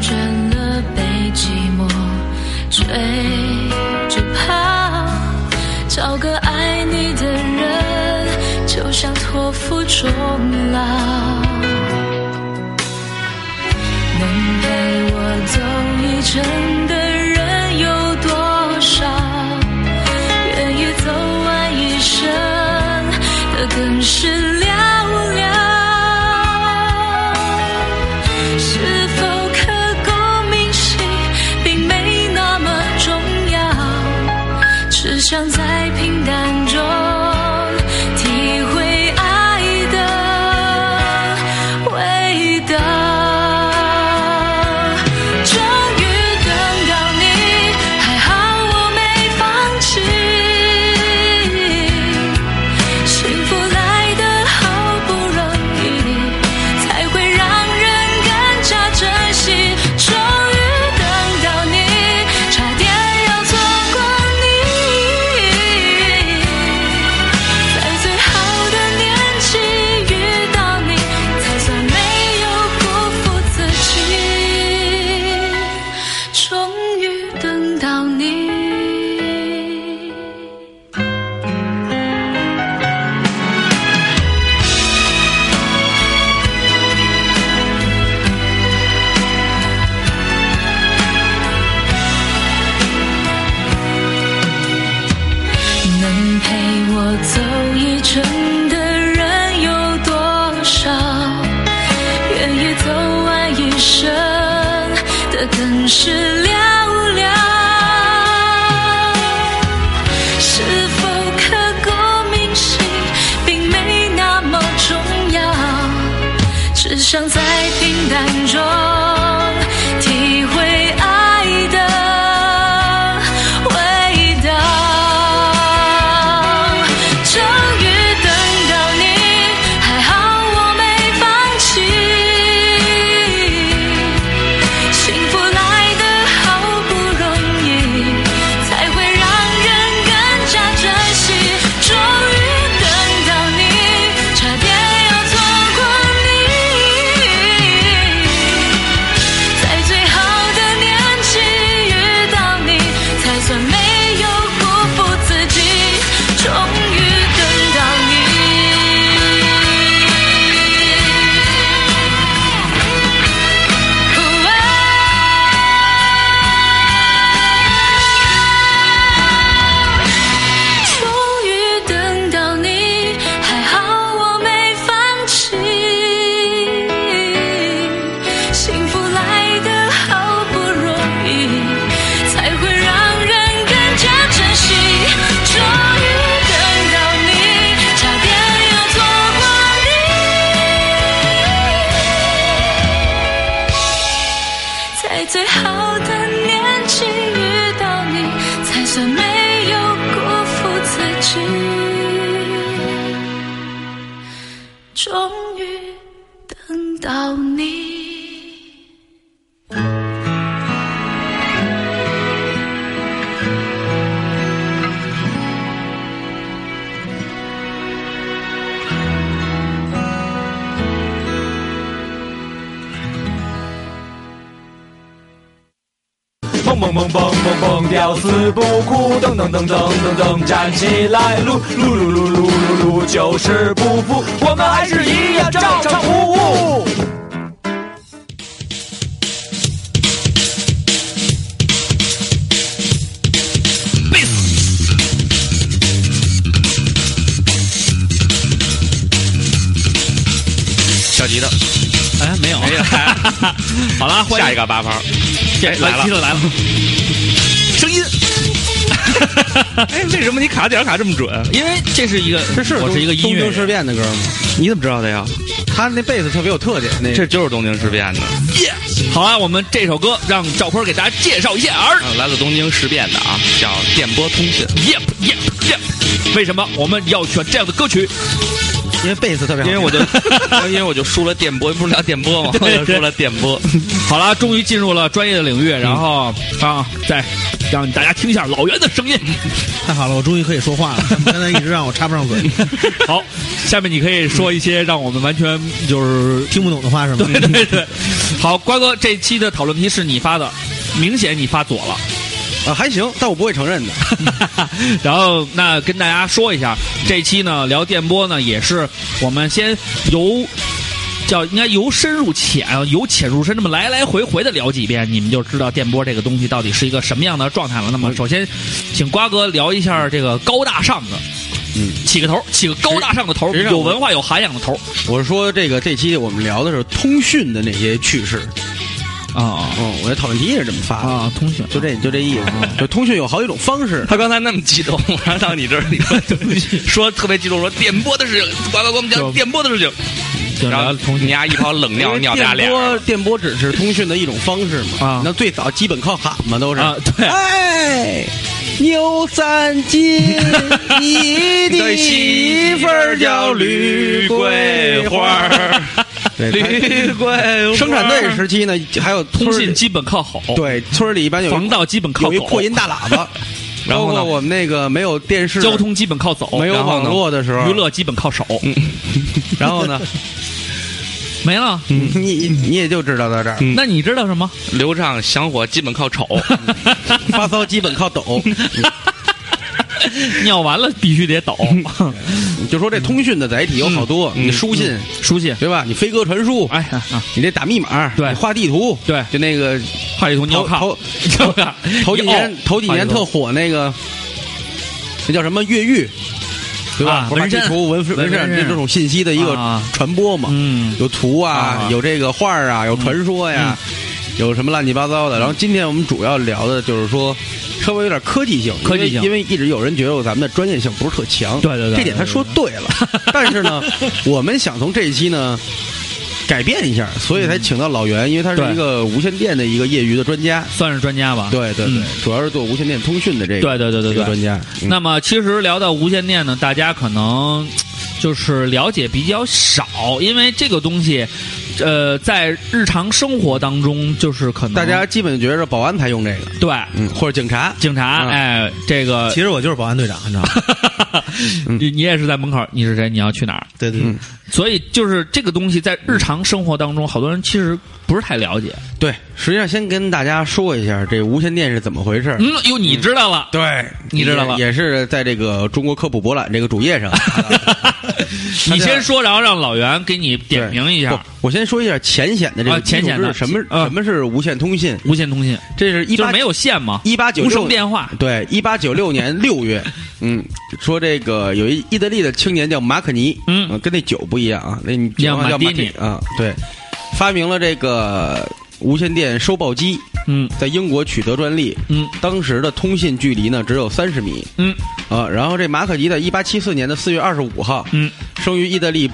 倦了被寂寞追着跑，找个爱你的人，就像托付终老。能陪我走一程的人有多少？愿意走完一生的更是寥寥。是否想在平淡中体会爱的味道。终于等到你，还好我没放弃。幸福来得好不容易，才会让人更加珍惜。终于等到你，差点要错过你。在最好的年纪遇到你，才算没有辜负自己。终于等到你。能陪我走一程的人有多少？愿意走完一生的更是寥寥。是否刻骨铭心，并没那么重要，只想在平淡中。体会爱的味道。终于等到你，还好我没放弃。幸福来得好不容易，才会让人更加珍惜。终于等到你，差点要错过你。在最好的年纪遇到你，才算没有辜负自己。终于等到你。终于等到你，还好我没放弃。幸福来得好不容易，才会让人更加珍惜。终于等到你，差点要错过你。在最好的年纪遇到你，才算没有辜负自己。终于等到你。蹦蹦蹦蹦蹦蹦，吊死不哭，噔噔噔噔噔噔，站起来，撸撸撸撸撸撸撸，就是不服，我们还是一样照常服务。小吉的，哎，没有，没有好了，欢迎 下一个八拍儿，这哎来了机了来了，声音。哎，为什么你卡点儿卡这么准？因为这是一个，这是我是一个音乐东京事人，变的歌吗？你怎么知道的呀？他那贝斯特别有特点，那这就是东京事变的，好啊，我们这首歌让赵坤给大家介绍一下儿。啊来自东京事变的啊，叫电波通信。 Yep Yep Yep，为什么我们要选这样的歌曲？因为贝斯特别好因为听，我就 因为我就输了电波，不是聊电波吗？我对就输了电波。好了，终于进入了专业的领域，然后、啊，再让大家听一下老袁的声音。太好了，我终于可以说话了。他们刚才一直让我插不上嘴，好，下面你可以说一些让我们完全就是 听不懂的话是吗？对对对。好，瓜哥，这期的讨论题是你发的，明显你发左了。啊还行，但我不会承认的。 然后，那跟大家说一下，这期呢聊电波呢，也是我们先由叫应该由深入浅，由浅入深，这么来来回回的聊几遍，你们就知道电波这个东西到底是一个什么样的状态了。那嗯么，首先请瓜哥聊一下这个高大上的，嗯，起个头，起个高大上的头，实际上有我文化有涵养的头。我是说这个这期我们聊的是通讯的那些趣事，啊嗯，我这讨论题也是这么发的，啊，通讯就这就这意思。就通讯有好几种方式，他刚才那么激动，然后到你这儿，你说说特别激动，说点播的事情，呱呱给我们就讲点播的事情，就然后聊啊通你讯丫一泡冷尿尿俩电脸儿，波电波只是通讯的一种方式嘛。啊那最早基本靠喊嘛，都是。啊， 对，哎，牛三 金，你的媳妇儿叫绿吕桂桂花花儿。对绿桂花生产队时期呢，还有村通儿信里基本靠吼，，对村儿里一般有一防盗基本靠有一走，扩音大喇 叭，然后呢包括我们那个没有电视、交通基本靠走，没有然后网呢络的时候，娱乐基本靠手，嗯然后 呢，没了。你你你也就知道到这儿，嗯那你知道什么？流畅香火基本靠瞅，发骚基本 靠抖。嗯尿完了必须得抖，就说这通讯的载体有好多，嗯你书信书信，对吧？你飞鸽传书，哎啊，啊你这打密码，对你画地图，对就那个话里头尿炕，头尿头炕， 头几 年头几年特火那个，那叫什么越狱，对吧啊？不是纹地身图文纹纹身身这种信息的一个啊传播嘛，嗯，有图啊啊，嗯有这个画儿啊，有传说呀，嗯有什么乱七八糟的。然后今天我们主要聊的就是说，稍微有点科技性，科技性因为因为一直有人觉得咱们的专业性不是特强，对对对这点他说对了。 但是呢，我们想从这一期呢。改变一下，所以才请到老袁，因为他是对一个无线电的一个业余的专家。算是专家吧？对对对嗯，啊主要是做无线电通讯的这个对对对对这个对。专家。嗯那么其实聊到无线电呢，大家可能就是了解比较少，因为这个东西，呃，在日常生活当中，就是可能大家基本觉着保安才用这个，对嗯，或者警察。警察，嗯哎，这个其实我就是保安队长，你知道吗？嗯你你也是在门口，你是谁？你要去哪儿？对对对，所以就是这个东西在日常生活当中，好多人其实不是太了解。对，实际上先跟大家说一下这无线电是怎么回事儿。嗯，哟，你知道了，对，你知道了啊也也是在这个中国科普博览这个主 页上。你先说，然后让老袁给你点评一下不我先说一下浅显的这啊个浅显的基础知识什么啊什么是无线通信？无线通信，这是一就是八没有线嘛，一八九无六声电话，对，一八九六年 六月，嗯，说这个有一意大利的青年叫马可尼，呃嗯跟那酒不一样啊，那你酒好像叫叫马马蒂尼蒂啊，对，发明了这个无线电收报机，嗯在英国取得专利。嗯当时的通信距离呢只有三十米嗯啊，然后这马可尼在一八七四年的四月二十五号嗯生于意大利，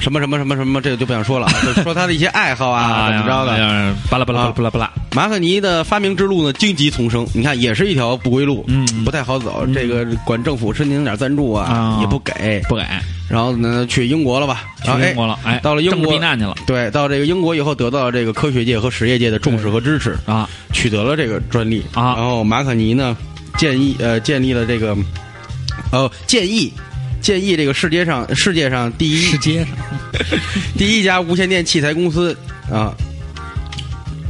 什么什么什么什么，这个就不想说了啊，就说他的一些爱好 哎啊，怎么着的。的，巴拉巴拉巴拉巴拉，马可尼的发明之路呢，荆棘丛生，你看也是一条不归路，嗯不太好走。嗯这个管政府申请点赞助啊啊，也不给。不给，然后呢，去英国了吧？然后去哎英，国了，哎，到了英国政治避难去了对，到这个英国以后，得到了这个科学界和实业界的重视和支持，啊取得了这个专利啊然后马可尼呢，建议呃建立了这个，呃建议建议这个世界上世界上第一界上第一家无线电器材公司啊。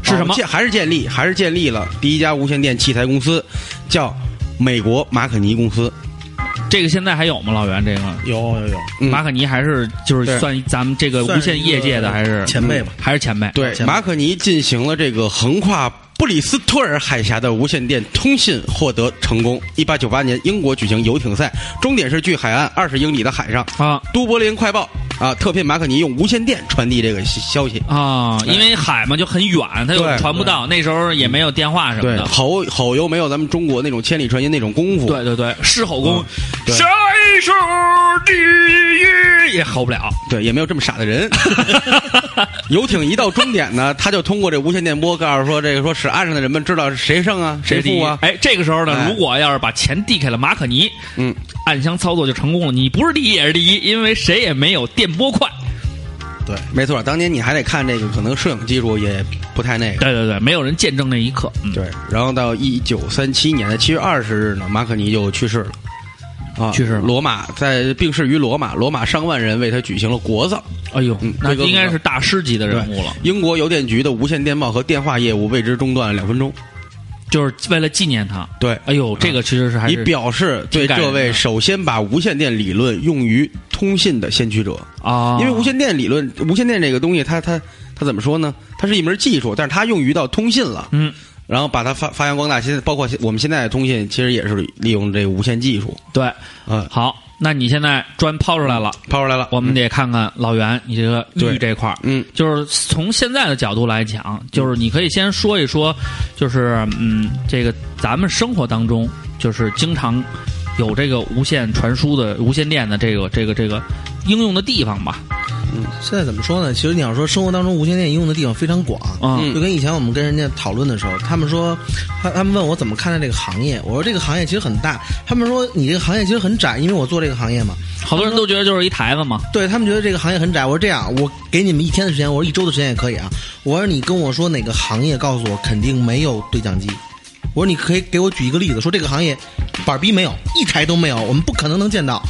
是什么哦建还是建立，还是建立了第一家无线电器材公司，叫美国马可尼公司。这个现在还有吗？老袁这个有有有，嗯马可尼还是就是对算咱们这个无算是一线个业界的还是前辈吧？还是前辈？嗯对，前面马可尼进行了这个横跨布里斯托尔海峡的无线电通信获得成功。一八九八年，英国举行游艇赛，终点是距海岸二十英里的海上。啊都柏林快报啊，特聘马可尼用无线电传递这个消息。啊，因为海嘛就很远，它又哎对传不到，那时候也没有电话什么对，的。吼吼又没有咱们中国那种千里传音那种功夫。对对对，狮吼功嗯，对谁是第一也吼不了。对，也没有这么傻的 人。游艇一到终点呢，他就通过这无线电波告诉说，这个说使岸上的人们知道是谁胜啊，谁负啊。哎，这个时候呢，哎如果要是把钱递给了马可尼，嗯，暗箱操作就成功了。你不是第一也是第一，因为谁也没有电波快。对，没错，当年你还得看这个，可能摄影技术也不太那个。对对对，没有人见证那一刻。嗯，对，然后到一九三七年的七月二十日呢，马可尼就去世了。啊，去世了罗马在病逝于罗马，罗马上万人为他举行了国葬。哎呦嗯，那这个应该是大师级的人物了，英国邮电局的无线电报和电话业务为之中断了两分钟。就是为了纪念他。对，哎呦，这个其实是还以是嗯表示对挺感人这的位首先把无线电理论用于通信的先驱者。啊，因为无线电理论，无线电这个东西它，它它怎么说呢？它是一门技术，但是它用于到通信了，嗯，然后把它发发扬光大。现在包括现我们现在的通信，其实也是利用这无线技术对，啊、好。那你现在砖抛出来了，抛出来嗯了，我们得看看老袁你这个玉这块儿，嗯，就是从现在的角度来讲，就是你可以先说一说，就是嗯，这个咱们生活当中就是经常有这个无线传输的无线电的这个这个这个应用的地方吧，现在怎么说呢？其实你要说生活当中无线电应用的地方非常广，啊、嗯就跟以前我们跟人家讨论的时候，他们说，他他们问我怎么看待这个行业，我说这个行业其实很大，他们说你这个行业其实很窄，因为我做这个行业嘛，好多人都觉得就是一台子嘛，对他们觉得这个行业很窄。我说这样，我给你们一天的时间，我说一周的时间也可以啊。我说你跟我说哪个行业，告诉我肯定没有对讲机。我说你可以给我举一个例子，说这个行业板儿逼没有，一台都没有，我们不可能能见到。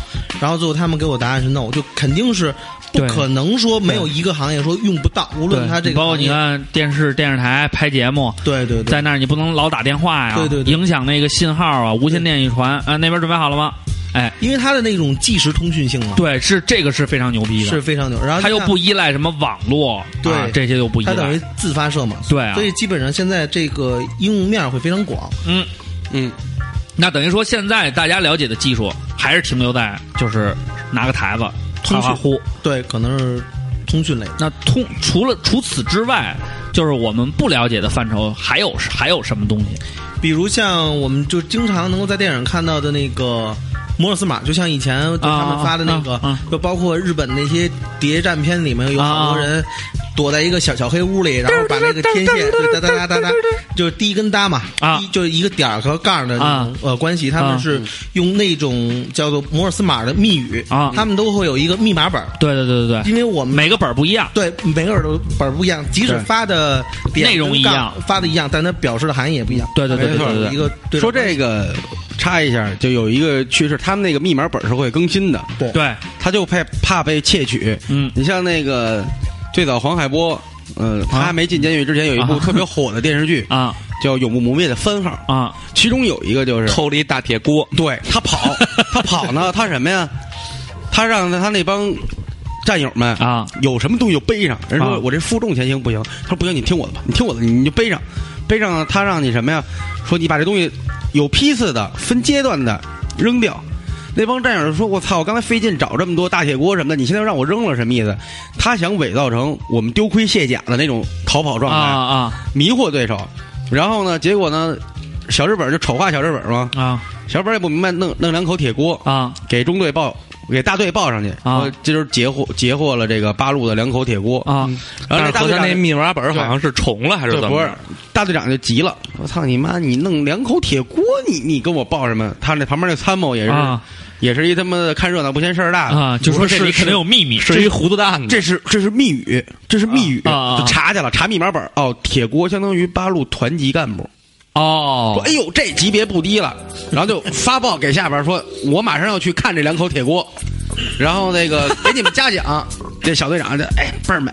然后最后他们给我答案是 no，就肯定是不对可能说没有一个行业说用不到，无论对，它这个包括你行业，看电视电视台拍节目，对对对在那儿你不能老打电话呀，对对对影响那个信号啊，无线电一传啊，那边准备好了吗？哎，因为它的那种即时通讯性嘛，对，是这个是非常牛逼的，是非常牛。然后它又像不依赖什么网络，对啊这些又不依它等赖于，自发射嘛，对啊所以基本上现在这个应用面会非常广。嗯，嗯，那等于说现在大家了解的技术还是停留在就是拿个台子通哗讯哗呼。对，可能是通讯类。那通除了除此之外，就是我们不了解的范畴，还有还有什么东西？比如像我们就经常能够在电影上看到的那个摩尔斯码，就像以前就他们发的那个，啊啊啊就包括日本那些谍战片里面有啊啊好多人躲在一个小小黑屋里，然后把那个天线对哒哒哒哒哒，就是第一根搭嘛，啊一就是一个点儿和杠儿的那种呃关系，他啊们是用那种叫做摩尔斯码的密语啊他们都会有一个密码本儿，对对对对对，因为我们每个本儿不一样。对，每个耳朵本儿不一样，即使对发的点内容跟一杠样，发的一样，但它表示的含义也不一样。对对对对没错对对对一个对说这个插一下，就有一个趋势，他们那个密码本是会更新的，对对，他就怕怕被窃取。嗯你像那个最早黄海波，嗯，他还没进监狱之前有一部啊特别火的电视剧，啊叫《永不磨灭的番号》，啊其中有一个就是偷了一大铁 锅，对他跑，他跑呢，他什么呀？他让他那帮战友 们啊有什么东西就背上。人啊说我这负重前行不行？他说不行，你听我的吧，你听我的，你就背上，背上他让你什么呀？说你把这东西有批次的、分阶段的扔掉。那帮战友就说：“我操！我刚才费劲找这么多大铁锅什么的，你现在让我扔了，什么意思？”他想伪造成我们丢盔卸甲的那种逃跑啊状态，啊迷惑对手。然后呢，结果呢，小日本就丑化小日本嘛，啊小日本也不明白，弄弄两口铁锅，啊！给中队报，给大队报上去啊说这就是截获截获了这个八路的两口铁锅啊嗯然但后那是大和队他长那密码本儿好像是重了还是对怎不么是着？大队长就急了，我操你妈！你弄两口铁锅，你你跟我报什么？他那旁边那参谋也是、啊也是一他妈的看热闹不嫌事儿大的啊！就说我这这里肯定有有。秘密，是一糊涂蛋子，这是这是密语，这是密语，啊啊啊就查去了，查密码本儿哦，铁锅相当于八路团级干部，哦说哎呦这级别不低了，然后就发报给下边儿说，我马上要去看这两口铁锅，然后那个给你们嘉奖。这小队长就哎倍儿美，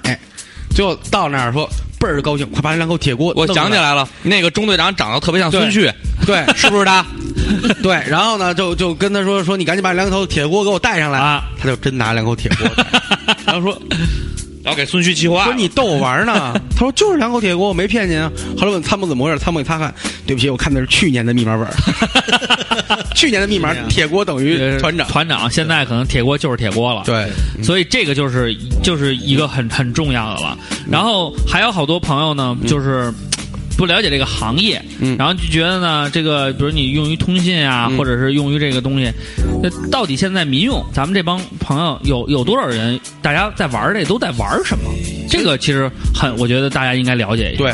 最后到那儿说倍儿高兴，快把这两口铁锅我弄想起来来了，那个中队长长得特别像孙对旭，对 是不是他？对，然后呢就就跟他说说你赶紧把两口铁锅给我带上来，啊他就真拿两口铁锅 带上哎来，然后说然后给孙旭气坏说你逗我玩儿呢？他说就是两口铁锅，我没骗您啊。后来问参谋怎么回事，参谋给擦汗，对不起，我看的是去年的密码本儿， 去年的密码铁锅等于团长。团呃长现在可能铁锅就是铁锅了。对，所以这个就是就是一个很很重要的了。嗯然后还有好多朋友呢，就是。不了解这个行业，嗯然后就觉得呢，这个比如你用于通信啊，嗯或者是用于这个东西，那到底现在民用，咱们这帮朋友有有多少人？大家在玩儿这都在玩儿什么？这个其实很，我觉得大家应该了解一下。嗯对，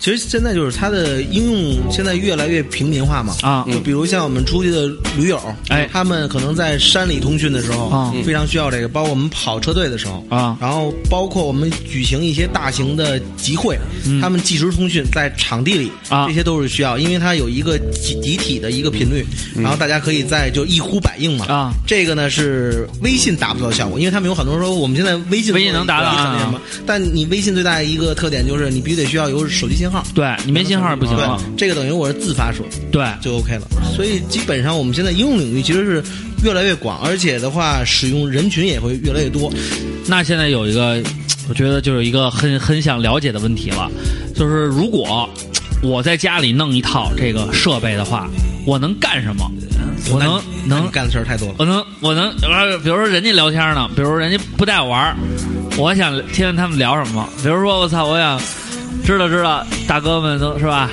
其实现在就是它的应用现在越来越平民化嘛。啊嗯就比如像我们出去的驴友，哎他们可能在山里通讯的时候，啊非常需要这个，包括我们跑车队的时候，啊然后包括我们举行一些大型的集会，嗯他们即时通讯在场地里，啊这些都是需要，因为它有一个集集体的一个频率，嗯然后大家可以在就一呼百应嘛。啊，这个呢是微信达不到效果，因为他们有很多人说我们现在微信微信能达到啊做了一个什么，但你微信最大的一个特点就是你必须得需要有手机信号。对，你没信号也不行对了。，这个等于我是自发射对，就 OK 了。所以基本上我们现在应用领域其实是越来越广，而且的话使用人群也会越来越多。那现在有一个，我觉得就有一个很很想了解的问题了，就是如果我在家里弄一套这个设备的话，我能干什么？我那能你那能你干的事儿太多了。我能，我能，呃比如说人家聊天呢，比如人家不带我玩儿，我想听听他们聊什么。比如说，我操，我想知道知道大哥们都是吧，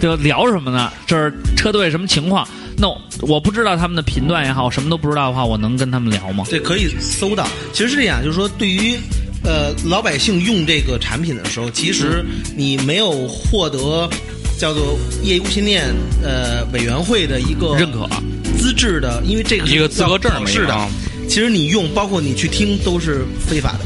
就聊什么呢？就是车队什么情况？那我我不知道他们的频段也好，我什么都不知道的话，我能跟他们聊吗？对，可以搜到。其实是这样，就是说，对于呃老百姓用这个产品的时候，其实你没有获得叫做业余无线电呃委员会的一个认可资质的，因为这个一个资格证儿没有啊是要考试的。其实你用，包括你去听，都是非法的，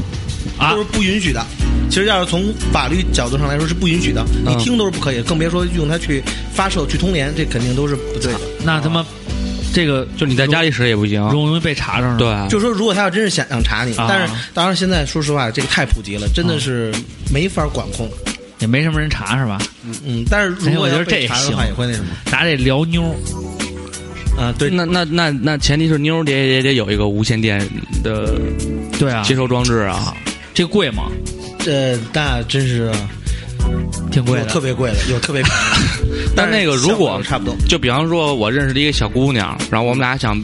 啊都是不允许的。其实要是从法律角度上来说是不允许的，你嗯听都是不可以的，更别说用它去发射、去通联，这肯定都是不对的。那他妈这个就你在家里使也不行。容易被查上是吧对，就是说，如果他要真是想想查你，啊但是当然现在说实话，这个太普及了，真的是没法管控。也没什么人查是吧？嗯，但是如哎果我觉要得这被也查的话，行也会那什么拿这聊妞儿，啊？对，那那那那前提是妞儿得也得有一个无线电的对啊，接收装置啊。这贵吗？这呃那真是挺贵有特的。别贵的，有特别便宜的但那个是如果效果差不多，就比方说，我认识了一个小姑娘，然后我们俩想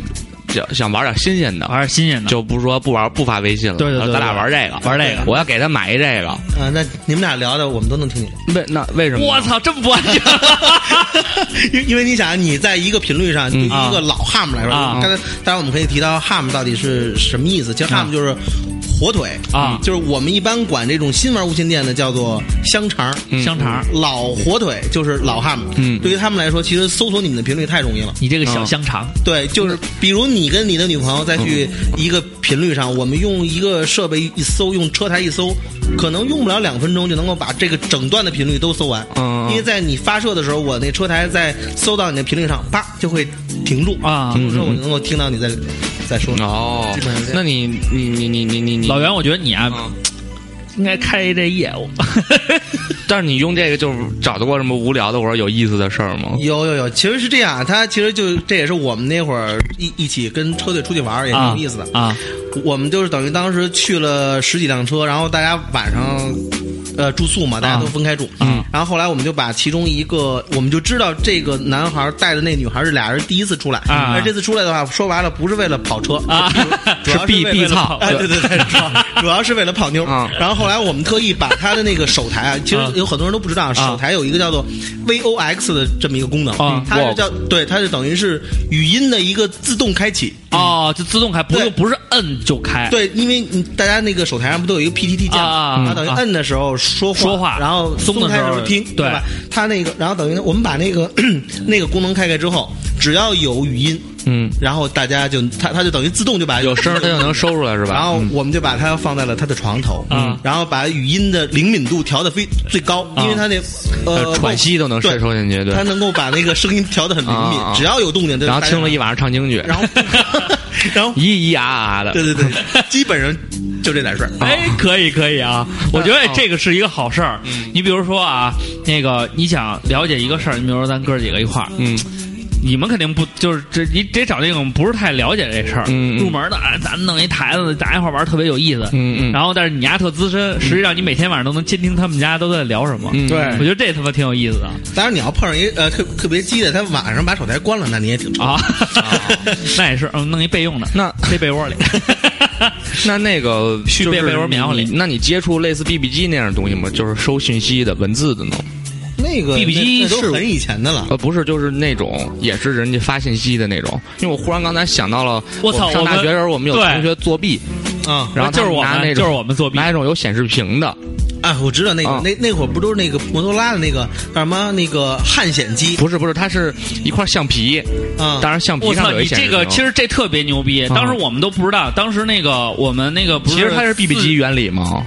想想玩点新鲜的，还是新鲜的，就不说不玩不发微信了，对对对对咱俩玩这个，玩这个我要给她买一这个，啊，那你们俩聊的我们都能听见，为那为什么？我！操，这么不安全！ 因因为你想，啊你在一个频率上，对于一啊个老哈姆来说，啊刚才当然我们可以提到哈姆到底是什么意思，其实哈姆就是火腿嗯啊就是我们一般管这种新玩无线电的叫做香肠。 香肠儿，老火腿就是老汉姆，嗯对于他们来说，其实搜索你们的频率太容易了。你这个小香肠，对，就是比如你跟你的女朋友再去一个频率上，我们用一个设备一搜，用车台一搜，可能用不了两分钟就能够把这个整段的频率都搜完。嗯嗯因为在你发射的时候，我那车台在搜到你的频率上，啪就会停住啊停住之后我就能够听到你在在说。哦基本上是，这样那你你你你你你你老袁，我觉得你啊，嗯应该开一这业务。但是你用这个就是找得过什么无聊的或者有意思的事儿吗？有有有，其实是这样，他其实就这也是我们那会儿一一起跟车队出去玩儿也挺有意思的。啊我们就是等于当时去了十几辆车，然后大家晚上。呃，住宿嘛，大家都分开住。啊嗯，然后后来我们就把其中一个，我们就知道这个男孩带的那女孩是俩人第一次出来，啊而这次出来的话，说白了不是为了跑车啊主要 是是避为了避操哎，对对对，主 要主要是为了泡妞啊。然后后来我们特意把他的那个手台啊，其实啊有很多人都不知道，手台有一个叫做 VOX 的这么一个功能啊，它是 Vox 叫对，它是等于是语音的一个自动开启。哦，就自动开，不对用不是摁就开。对，因为你大家那个手台上不都有一个 PTT 键啊吗？啊它等于摁的时候说话，说话然后松的开时候候听，对对吧？它那个，然后等于我们把那个 那个功能开开之后，只要有语音，嗯，然后大家就它它就等于自动就把有声儿它就能收出来是吧？然后嗯我们就把它放在了他的床头，嗯然后把语音的灵敏度调的非最高，因为他那呃喘息都能对收进去，对他。能够把那个声音调的很灵敏啊啊，只要有动静，然后听了一，一晚上唱京剧， 然后然后咿咿呀呀的，对对对，基本上就这点事儿。哎，可以可以啊，我觉得哎哦这个是一个好事儿。你比如说啊，那个你想了解一个事儿，你比如说咱哥几个一块儿，嗯，你们肯定不就是这，你得找那种不是太了解这事儿嗯嗯入门的，哎咱弄一台子，咱一块儿玩儿特别有意思。嗯嗯嗯然后，但是你丫特资深，实际上你每天晚上都能监听他们家都在聊什么。嗯对我觉得这他妈挺有意思的当然你要碰上一呃特特别鸡的，他晚上把手台关了，那你也挺愁。啊， 那也是，嗯，弄一备用的，那塞被窝里。那那个续就是被被窝棉花里你那你接触类似 BB 机那样的东西吗？就是收信息的文字的呢？那个 BB 机那那是都很以前的了。呃，不是，就是那种也是人家发信息的那种。因为我忽然刚才想到了，我操上我大们学的时候我们有对同学作弊，啊 然后就是我拿们，那就是种我们作弊。拿一种有显示屏的，啊！我知道那个啊那那会儿不都是那个摩托罗拉的那个叫什么那个汉显机不是不是，它是一块橡皮，啊？当然橡皮我上操，有一你显这示个屏其实这特别牛逼，当时我们都不知道，当时那个我们那个不其实它是 BB 四机，原理嘛，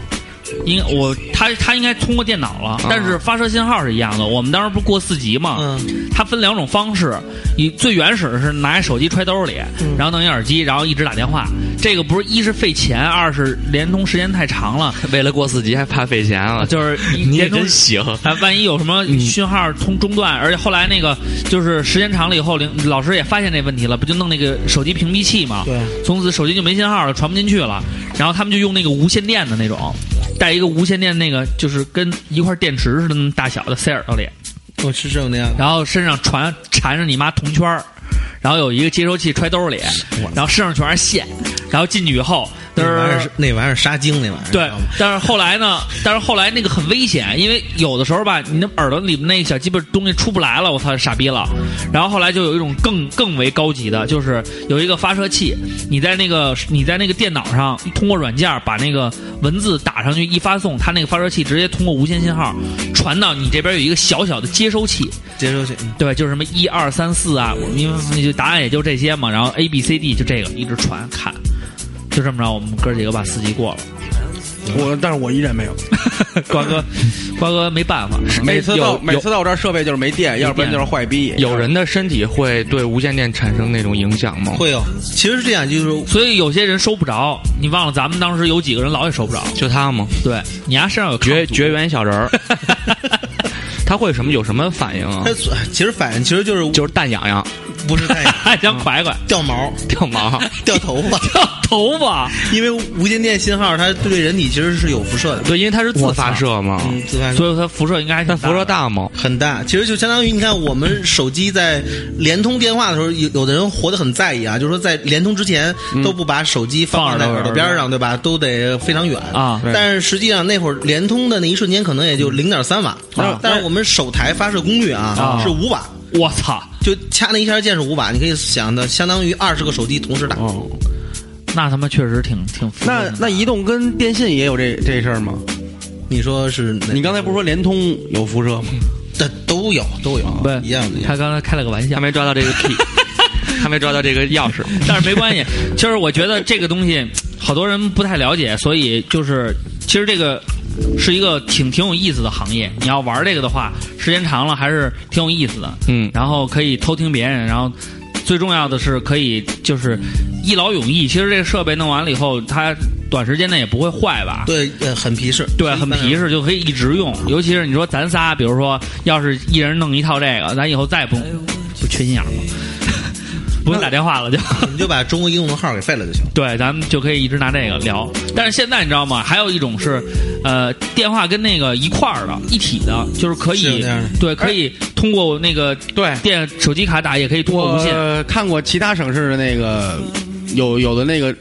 应我它它应该通过电脑了，啊但是发射信号是一样的。我们当时不是过四级嘛，嗯它分两种方式，你最原始是拿手机揣兜里，嗯然后弄一耳机，然后一直打电话。这个不是一是费钱，二是连通时间太长了，为了过四级还怕费钱啊，就是一 你也连通真行。啊，万一有什么嗯讯号通中断，而且后来那个就是时间长了以后，领老师也发现这问题了，不就弄那个手机屏蔽器嘛？对，从此手机就没信号了，传不进去了。然后他们就用那个无线电的那种，带一个无线电那个，就是跟一块电池似的那么大小的塞耳朵里，我是这种那样的。然后身上传缠着你妈铜圈儿。然后有一个接收器揣兜里，然后身上全是线，然后进去以后，嘚那玩意儿儿是那玩意儿杀精那玩意儿，啊对知道吗，但是后来呢？ 但是后来那个很危险，因为有的时候吧，你那耳朵里面那小鸡巴东西出不来了，我操，傻逼了。然后后来就有一种更更为高级的，就是有一个发射器，你在那个 你在那个电脑上通过软件把那个文字打上去一发送，它那个发射器直接通过无线信号传到你这边有一个小小的接收器，接收器，嗯对吧？就是什么一二三四啊，我们因为就答案也就这些嘛，然后 A B C D 就这个一直传看，就这么着，我们哥几个把四级过了。我但是我依然没有。 瓜哥，瓜哥没办法，哎每次有到每有次到我这儿设备就是没电，要不然就是坏逼。 有人的身体会对无线电产生那种影响吗？会有。其实是这样，就是所以有些人收不着。你忘了咱们当时有几个人老也收不着？就他吗？对你丫身上有抗绝阻绝缘小人 儿，他会什么有什么反应啊它？哎其实反应其实就是就是蛋痒 痒、不是太 还想拐拐掉毛、掉 毛，掉头发，头发，因为无线电信号它对人体其实是有辐射的，对，因为它是自发射嘛，嗯，自哎发射所以它辐射应该还挺但辐射的。大吗？很大。其实就相当于你看，我们手机在联通电话的时候，有有的人活得很在意啊，嗯就是说在联通之前都不把手机放在放耳耳朵朵边上，对吧？都得非常远啊对但是实际上那会儿联通的那一瞬间可能也就零点三瓦，但是我们首台发射功率啊啊是五瓦。我操，就掐那一下键是五瓦，你可以想到相当于二十个手机同时打。嗯嗯那他妈确实挺挺辐射那的。那移动跟电信也有这这事儿吗？你说是哪？你刚才不是说联通有辐射吗？这都有都有不一样的一样的。他刚才开了个玩笑他，没抓到 这个 key，他没抓到这个钥匙。但是没关系，就是我觉得这个东西好多人不太了解，所以就是其实这个是一个挺挺有意思的行业。你要玩这个的话，时间长了还是挺有意思的。嗯，然后可以偷听别人，然后最重要的是可以就是一劳永逸。其实这个设备弄完了以后，它短时间内也不会坏吧？对，呃，很皮实，对，很皮实，就可以一直用。尤其是你说咱仨，比如说要是一人弄一套这个，咱以后再也不用不缺心眼儿 了，不用打电话了就。你就把中国移动的号给废了就行。 对，咱们就可以一直拿这个聊。但是现在你知道吗？还有一种是，呃，电话跟那个一块儿的、一体的，就是可是有以那样的对，可以通过那个对，电手机卡打，也可以通过无线。我看过其他省市的那个，有有的那个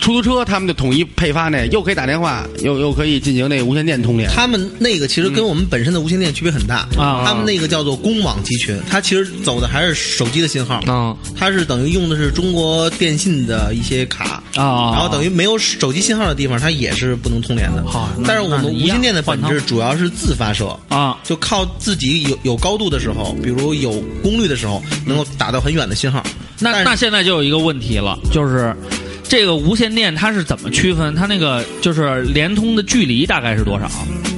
出租车，他们就统一配发那，又可以打电话，又又可以进行那无线电通联。他们那个其实跟我们本身的无线电区别很大嗯啊他们那个叫做公网集群，它其实走的还是手机的信号，啊嗯，它是等于用的是中国电信的一些卡啊然后等于没有手机信号的地方，它也是不能通联的。好啊那但是我们那一无样线电的本换质汤主要是自发射，啊，就靠自己有有高度的时候，比如有功率的时候，能够打到很远的信号。那但那现在就有一个问题了，就是这个无线电它是怎么区分？它那个就是联通的距离大概是多少？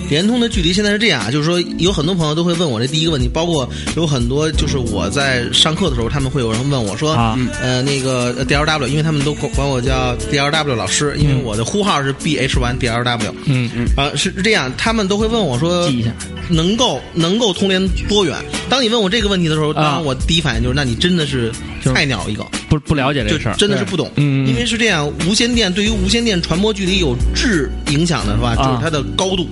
联通的距离现在是这样，就是说有很多朋友都会问我这第一个问题，包括有很多就是我在上课的时候，他们会有人问我说，啊嗯呃，那个呃 DLW，因为他们都管管我叫 DLW 老师，因为我的呼号是 BH1DLW，嗯嗯，啊是是这样，他们都会问我说，记一下，能够能够通联多远？当你问我这个问题的时候，当啊然我第一反应就是，那你真的是就是菜鸟一个，不不了解这就个事儿，真的是不懂，嗯嗯嗯因为是这样，无线电对于无线电传播距离有质影响的话，就是啊它的高度。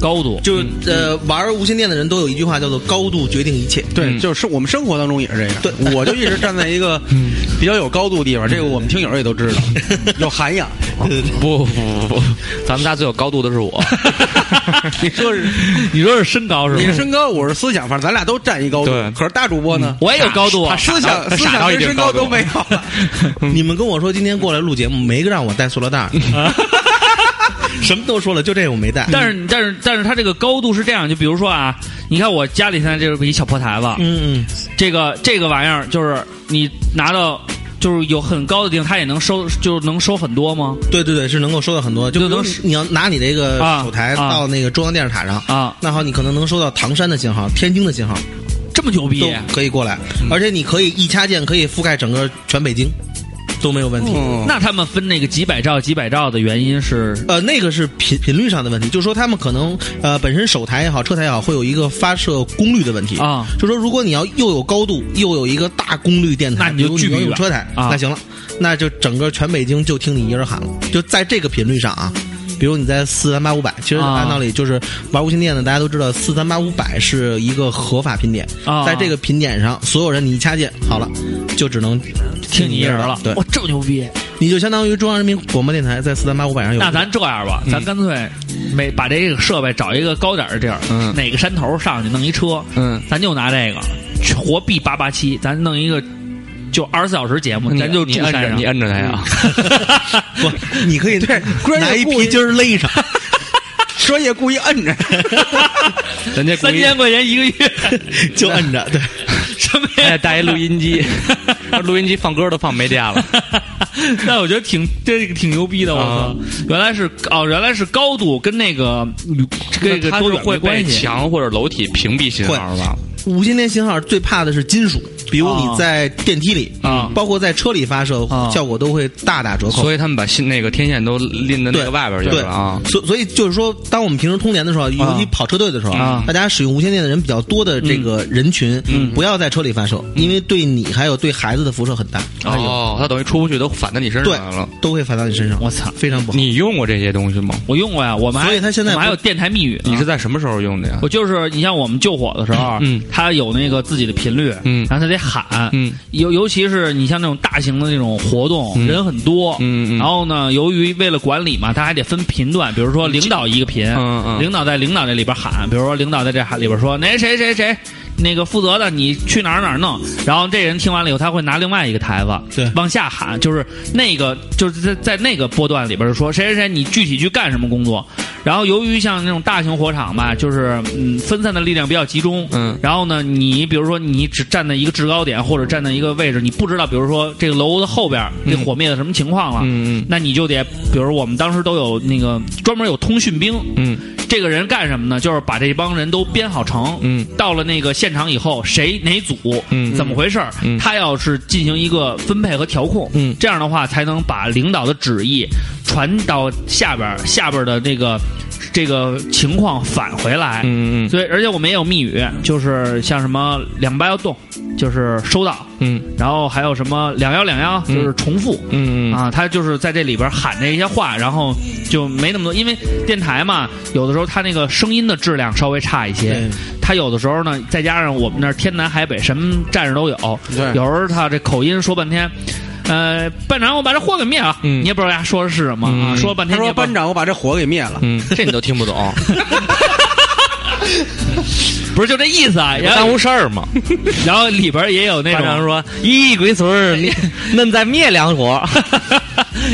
高度 就是呃，玩无线电的人都有一句话叫做“高度决定一切对，嗯就是我们生活当中也是这样。对，我就一直站在一个嗯比较有高度的地方，这个我们听友也都知道，有涵养。不不不不，咱们仨最有高度的是我。你说是，你说是身高是你是吗？身高，我是思想，反正咱俩都占一高度对。可是大主播呢，我也有高度他啊，思想他思傻到想一跟定身高高度都没有了。”。 你们跟我说今天过来录节目，没个让我带塑料袋儿， 什么都说了，就这个我没带。但是但是但是它这个高度是这样，就比如说啊，你看我家里现在这是一小破台子，嗯，嗯这个这个玩意儿就是你拿到。就是有很高的地方，它也能收，就是能收很多吗？对对对，是能够收到很多。就比如就能你你要拿你这个啊手台啊到那个中央电视塔上啊，那好，你可能能收到唐山的信号、天津的信号，这么牛逼啊都可以过来，嗯而且你可以一掐键可以覆盖整个全北京，都没有问题。嗯，那他们分那个几百兆、几百兆的原因是呃，那个是频频率上的问题，就是说他们可能呃本身手台也好，车台也好，会有一个发射功率的问题啊就说如果你要又有高度，又有一个大功率电台，那你就比如距离要有远车台，啊那行了，那就整个全北京就听你一人喊了，就在这个频率上啊。比比如你在四三八五百，其实啊按道理就是玩无线电的，大家都知道四三八五百是一个合法频点，啊在这个频点上，所有人你一掐键，好了，就只能听你你一人了，对哇，，这么牛逼！你就相当于中央人民广播电台在四三八五百上有。那咱这样吧，咱干脆每把这个设备找一个高点儿的地儿，嗯哪个山头上去弄一车， 嗯，咱就拿这个活 B 八八七，咱弄一个就二十四小时节目，咱就你住摁山着上你。摁着它呀， 不， 你可以拿一皮筋儿勒上， 说也故意摁着，人家故三意千块钱一个月， 就摁着，对，什 么哎呀？带一录音 机，录音机放歌都放没电了， 但我觉得挺这个挺牛逼的，我啊操！原来是哦，原来是高度跟那个与这个它多是远会没被关系。墙或者楼体屏蔽信号吧？无线电信号最怕的是金属，比如哦啊你在电梯里啊包括在车里发射啊，效果都会大打折扣。所以他们把信那个天线都拎到那对个外边去对了啊。所所以就是说，当我们平时通联的时候，尤其跑车队的时候，啊大家使用无线电的人比较多的这个人群，嗯不要在车里发射，因为对你还有对孩子的辐射很大，哦，它等于出不去都反到你身上对来了。，都会反到你身上。我操非常不好。你用过这些东西吗？我用过呀，我们还所以他现在我们还有电台密语。你是在什么时候用的呀？我就是你像我们救火的时候，啊嗯他有那个自己的频率，嗯然后他得喊，嗯尤尤其是你像那种大型的那种活动，嗯人很多，嗯嗯然后呢，由于为了管理嘛，他还得分频段，比如说领导一个频，嗯嗯领导在领导这里边喊，比如说领导在这喊里边说，那谁谁谁。那个负责的，你去哪儿哪儿弄，然后这人听完了以后，他会拿另外一个台子，对往下喊，就是那个，就是在在那个波段里边说，谁谁谁，你具体去干什么工作。然后由于像那种大型火场吧，就是嗯分散的力量比较集中，嗯然后呢，你比如说你只站在一个制高点或者站在一个位置，你不知道，比如说这个楼的后边这火灭的什么情况了，嗯嗯那你就得，比如我们当时都有那个专门有通讯兵，嗯这个人干什么呢？就是把这帮人都编好成，嗯，到了那个现场以后，谁哪组，嗯怎么回事儿？嗯他要是进行一个分配和调控，嗯这样的话才能把领导的旨意传到下边儿，下边儿的这个这个情况返回来，嗯嗯所以，而且我们也有密语，就是像什么两八要动，就是收到，嗯然后还有什么两幺两幺，就是重复。嗯嗯啊，他就是在这里边喊这些话，然后就没那么多，因为电台嘛，有的时候它那个声音的质量稍微差一些对，它有的时候呢，再加上我们那儿天南海北什么战士都有，对有时候他这口音说半天，呃，班长，我把这火给灭了，嗯你也不知道人家说的是什么，啊，嗯说了半他天你说也不知道班长，我把这火给灭了。嗯，这你都听不 懂，不是就这意思啊，然耽后误事儿嘛。 然后里边也有那种班长说：“咦，龟孙 儿，你恁在灭两火。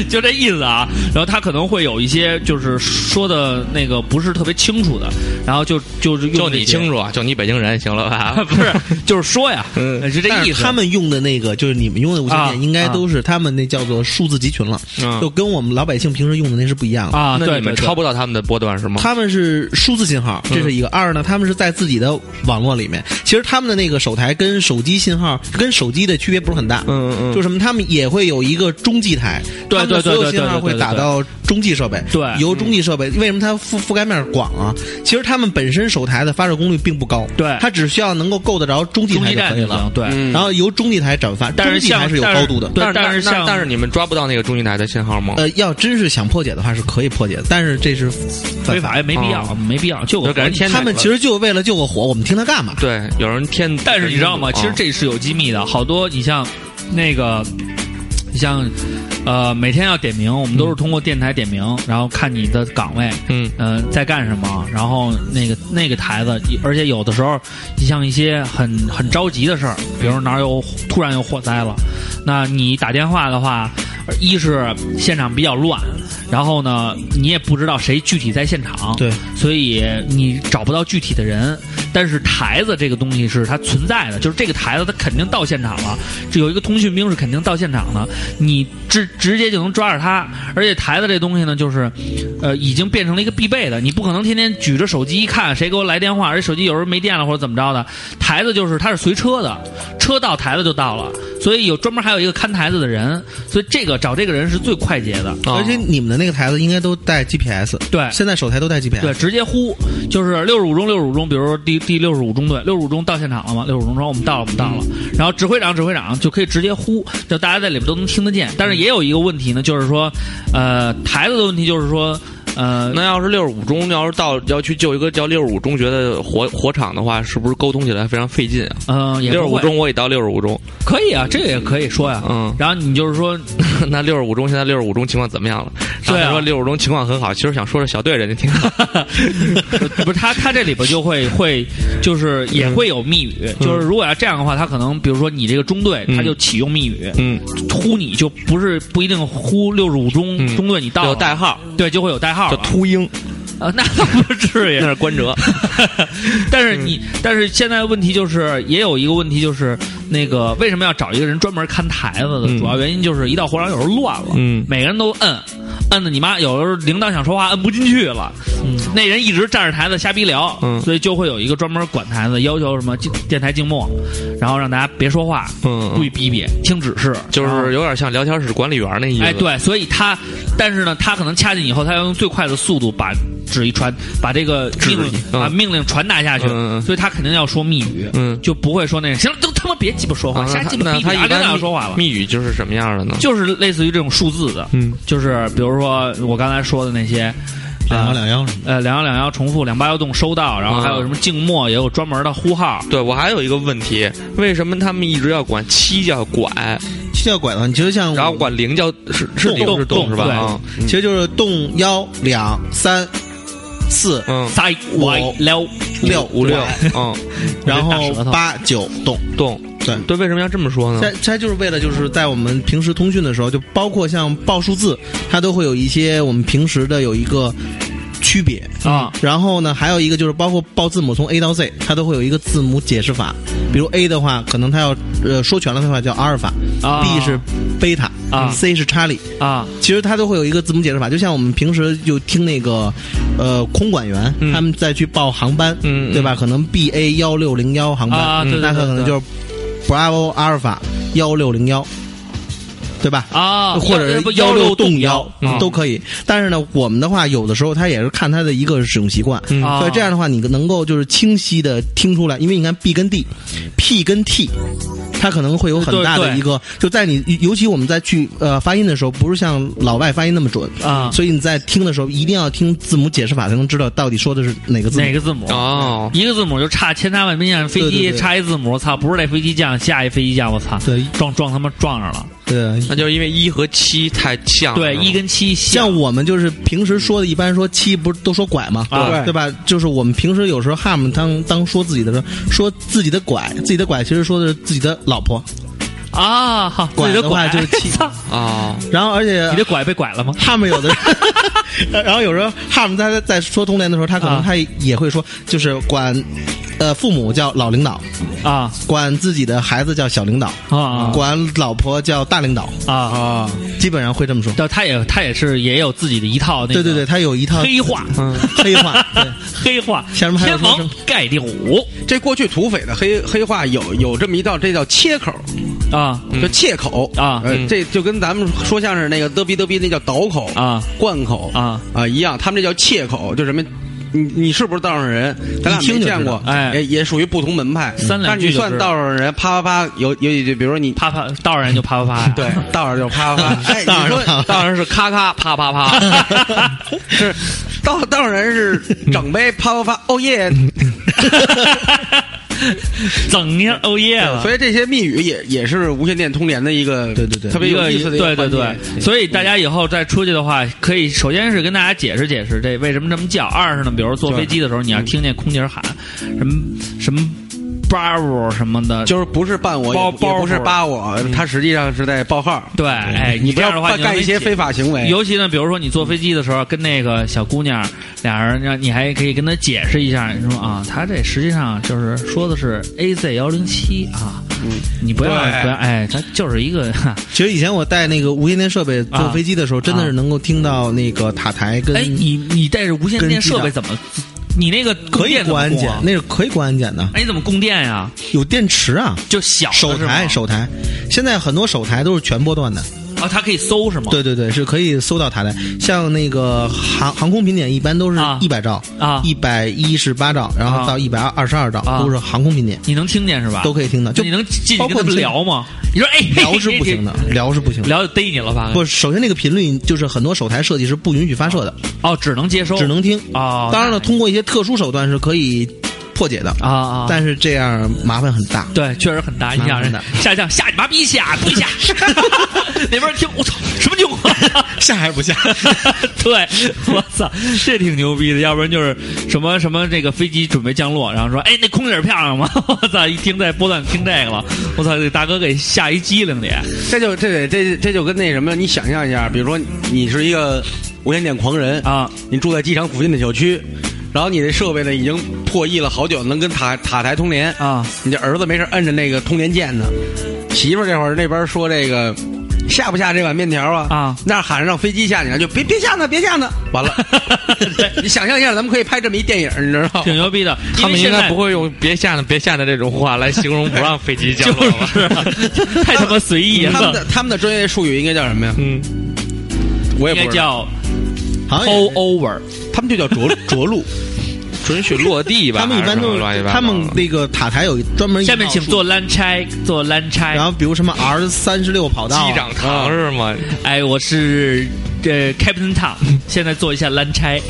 就这意思啊。然后他可能会有一些就是说的那个不是特别清楚的，然后就就是”用就这你些清。楚，啊，就你北京人，行了 吧？ 不是，就是说呀，嗯是这但意是思。他们用的那个，就是你们用的无线啊电，应该都是他们那叫做数字集群了，嗯就跟我们老百姓平时用的那是不一样的。啊，那对你们超不到他们的波段是吗？他们是数字信嗯号，这是一个。二呢，他们是在自己的网络里面。其实他们的那个手台跟手机信号跟手机的区别不是很大。嗯嗯就什么，他们也会有一个中继台，对他们对对的所对有信对对号会对打对到中继设备，对由中继设备。为什么它覆覆盖面广啊？其实他们本身手台的发射功率并不高，对它只需要能够够得着中继中台继就站可以就了行，。对。嗯然后由中继台转发，但是中继台像是有但是高度的，对但但是那像但是你们抓不到那个中继台的信号吗？呃，要真是想破解的话是可以破解的，但是这是非非法哎也没必要，哦没必要，就就给人添他们其实就为了救个火，我们听他干嘛？对，有人天，但是你知道吗？啊其实这是有机密的，好多你像那个，你像呃，每天要点名，我们都是通过电台点名，然后看你的岗位，嗯嗯，在干什么？然后那个那个台子，而且有的时候，你像一些很很着急的事儿，比如哪儿有突然有火灾了，那你打电话的话，一是现场比较乱，然后呢，你也不知道谁具体在现场，对，所以你找不到具体的人。但是台子这个东西是它存在的，就是这个台子它肯定到现场了，这有一个通讯兵是肯定到现场的，你直直接就能抓着他。而且台子这东西呢，就是，呃，已经变成了一个必备的，你不可能天天举着手机一看谁给我来电话，而且手机有时候没电了或者怎么着的。台子就是它是随车的，车到台子就到了，所以有专门还有一个看台子的人，所以这个找这个人是最快捷的。而且你们的那个台子应该都带 GPS，对现在手台都带 GPS，对，直接呼，就是六十五中，六十五中，比如说第第六十五中队，六十五中到现场了吗？六十五中说哦我们到了，我们到了。然后指挥长，指挥长就可以直接呼，就大家在里边都能听得见。但是也有一个问题呢，就是说，呃，台子的问题就是说。呃，那要是六十五中，要是到要去救一个叫六十五中学的火火场的话，是不是沟通起来非常费劲啊？嗯，也六十不五会中我也到六十五中， 可以啊，这个也可以说呀。嗯，然后你就是说， 那六十五中现在六十五中情况怎么样了？然后对啊他说六十五中情况很好，其实想说说小队人家 挺好。不是他他这里边就会会就是也会有密语，就是如果要这样的话，他可能比如说你这个中队，嗯他就启用密语嗯，呼你，就不是不一定呼六十五中嗯中队你到有了代号对就会有代号叫了秃鹰，啊，那不至于 那。是关喆。 但是你，但是现在问题就是，也有一个问题就是，那个为什么要找一个人专门看台子的？嗯主要原因就是一到火场有时候乱了，嗯每个人都摁，摁的你妈有时候领导想说话摁不进去了，嗯，那人一直站着台子瞎逼聊，嗯所以就会有一个专门管台子，要求什么静电台静默，然后让大家别说话，嗯不许逼逼，听指示，就然后是有点像聊天室管理员那意思。啊啊哎，，对，所以他，但是呢，他可能掐进以后，他要用最快的速度把旨意传，把这个命令、嗯把命令传达下去，嗯嗯嗯所以他肯定要说密语，嗯就不会说那行了，都他妈别鸡巴说话，啊，瞎那鸡他巴逼那逼，他啊一真的要般说话了，密语就是什么样的呢？就是类似于这种数字的，嗯，就是比如说我刚才说的那些，两幺两幺什么呃，两幺两幺重复，两八幺洞收到，然后还有啊什么静默，也有专门的呼号，对我还有一个问题，为什么他们一直要管七叫拐，的，七叫拐的话，你其实像然后管零叫是是零动是动是吧？对啊，其实就是动幺两三四嗯，塞五歪撩啊六五六，嗯，然大后舌头八九动，动对对，为什么要这么说呢它？它就是为了就是在我们平时通讯的时候，就包括像报数字，它都会有一些我们平时的有一个区别。啊，然后呢，还有一个就是包括报字母从 A 到 Z，它都会有一个字母解释法。比嗯如 A 的话，可能它要呃说全了的话叫阿尔法啊，B 是贝塔啊，C 是查理。啊，其实它都会有一个字母解释法，就像我们平时就听那个，呃，空管员、嗯他们再去报航班，嗯对吧？可能 B A 幺六零幺航班，啊对对那对它可能对就是 Bravo 阿尔法幺六零幺，对吧？啊，或者要不幺六动幺嗯都可以，但是呢，我们的话有的时候它也是看它的一个使用习惯，嗯所以这样的话你能够就是清晰的听出来，因为你看 B 跟 D，P 跟 T，它可能会有很大对的对一个，就在你尤其我们在去呃发音的时候，不是像老外发音那么准，啊，所以你在听的时候一定要听字母解释法才能知道到底说的是哪个字母哪。个字母？哦，一个字母就差千差万别，像飞啊对机对对差一字母，操，不是这飞机降，下一飞机降，我操，对撞撞他妈撞上了。对，那就是因为一和七太啊像了。对，一跟七像我们就是平时说的，一般说七不是都说拐吗？啊对对吧？就是我们平时有时候汉姆当当说自己的时候，说自己的拐，自己的拐其实说的是自己的老婆。啊，好，自己的拐拐的话就是七 操啊，然后而且你的拐被拐了吗？汉姆有的，然后有时候 汉姆他在在说通联的时候，他可能啊他也会说，就是管呃父母叫老领导，啊管自己的孩子叫小领导，啊管老婆叫大领导，啊啊！啊，基本上会这么说。但他也他也是也有自己的一套那对个对对，他有一套黑话嗯，黑 话，对黑话，下面还有天王什么盖地虎这过去土匪的黑黑话有有这么一道，这叫切口，啊嗯叫切口啊呃嗯这就跟咱们说相声那个嘚逼嘚逼那叫倒口啊贯口啊啊一样，他们这叫切口，就什么。你你是不是道上人？咱俩一听没就见知道过，哎也也属于不同门派。三两但句是就你知道算道上人，啪啪啪，有有几句，比如说你啪啪，道上人就啪啪 啪呀。对， 道上就啪啪啪。哎，道你上说啪当然是咔咔啪啪 啪，是道道上人是整呗，啪啪啪，哦耶！ 怎样？哦耶了。所以这些密语也也是无线电通联的一个对对对特别一有个意思的一对个对对环节，所以大家以后再出去的话，可以首先是跟大家解释解释这为什么这么叫。二是呢，比如坐飞机的时候，你嗯要听见空姐喊什么什么 bravo 什么的，就是不是办我，包也不也包不是袱扒我，他实际上是在报号。对，哎，你这不样的要话你就干一些能理解非法行为。尤其呢，比如说你坐飞机的时候，跟那个小姑娘俩人，让你还可以跟她解释一下，你说啊，她这实际上就是说的是 A Z 幺零七啊，你不要嗯对不要，哎，它就是一个，哈其实以前我带那个无线电设备坐飞机的时候，啊真的是能够听到那个塔台跟、哎，你你带着无线跟电设机备怎长么，你那个可以过过安检，那是可以过安检的，啊哎，你怎么供电呀、有电池啊，就小的手是吗台手台。现在很多手台都是全波段的，啊，它可以搜是吗？对对对，是可以搜到它的。像那个航航空频点，一般都是啊一百兆啊一百一十八兆，然啊后到一百二十二兆，啊都是航空频点，你能听见是吧？都可以听到。就就你能进去包跟括他们聊吗？你说哎，嘿聊是不行的，，聊是不行嘿的。 聊就逮你了吧？不，首先那个频率就是很多手台设计是不允许发射的，哦，只能接收，只能听。哦当然了，那通过一些特殊手段是可以破解的啊啊！但是这样麻烦很大。对，确实很大，你想麻烦的下降下你妈逼下不 下？那边听我操什么情况？啊下还是不下？对，我操，这挺牛逼的。要不然就是什么什么这个飞机准备降落，然后说哎那空姐漂亮吗？ 我操，一听在波段听这个了，我操，这大哥给吓一激灵脸这就这得这这就跟那什么，你想象一下，比如说你是一个无线电狂人，啊！你住在机场附近的小区，然后你的设备呢已经破译了好久，能跟塔塔台通联啊！你这儿子没事摁着那个通联键呢，媳妇儿这会儿那边说这个。下不下这碗面条啊？啊那喊着让飞机下去，就别别下呢，别下呢。完了对，你想象一下，咱们可以拍这么一电影，你知道挺吗？牛逼的，他因们为应现在该不会用“别吓呢，别吓呢”这种话来形容不让飞机降就落吧？是啊 太他妈随意他们了的，他们的专业术语应该叫什么呀？嗯，我也应该不知道，叫好像 o 也 over 他们就叫着着 陆。准许落 地吧？他们一还般是什都么乱七八糟他们那个塔台有专门一下面套请数坐蓝拆，坐蓝拆。然后比如什么 R 三十六跑道啊，机长堂是吗？哎，我是这 Captain Tom，现在做一下蓝拆。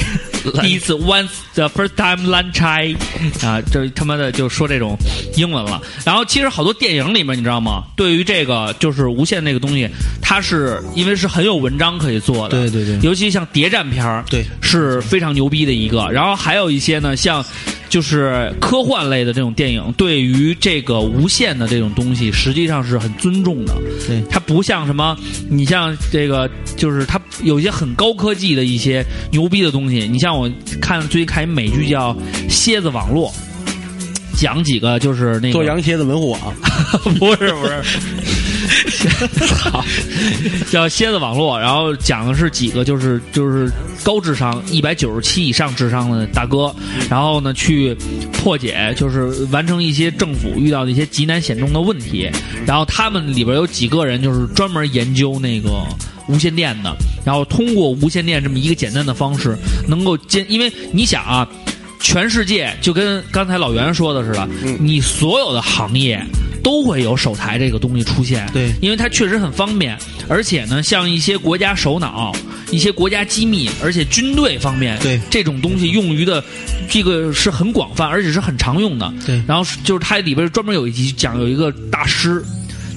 第一次 once the first time 蓝拆啊，这他妈的就说这种英文了。然后其实好多电影里面，你知道吗？对于这个就是无线那个东西，它是因为是很有文章可以做的，对对对尤其像谍战片儿，对是非常牛逼的一个。然后还有一些呢，像就是科幻类的这种电影，对于这个无限的这种东西，实际上是很尊重的。对它不像什么，你像这个，就是它有一些很高科技的一些牛逼的东西。你像我看最近看一美剧叫《蝎子网络》。讲几个就是那个做羊蝎子门户啊网， 不是不是，操，叫蝎子网络，然后讲的是几个就是就是高智商一百九十七以上智商的大哥，然后呢去破解，就是完成一些政府遇到的一些极难险中的问题，然后他们里边有几个人就是专门研究那个。无线电的，然后通过无线电这么一个简单的方式，能够监，因为你想啊，全世界就跟刚才老袁说的似的，你所有的行业都会有手台这个东西出现。对因为它确实很方便，而且呢，像一些国家首脑、一些国家机密，而且军队方面，对这种东西用于的这个是很广泛，而且是很常用的。对然后是就是它里边专门有一集讲有一个大师。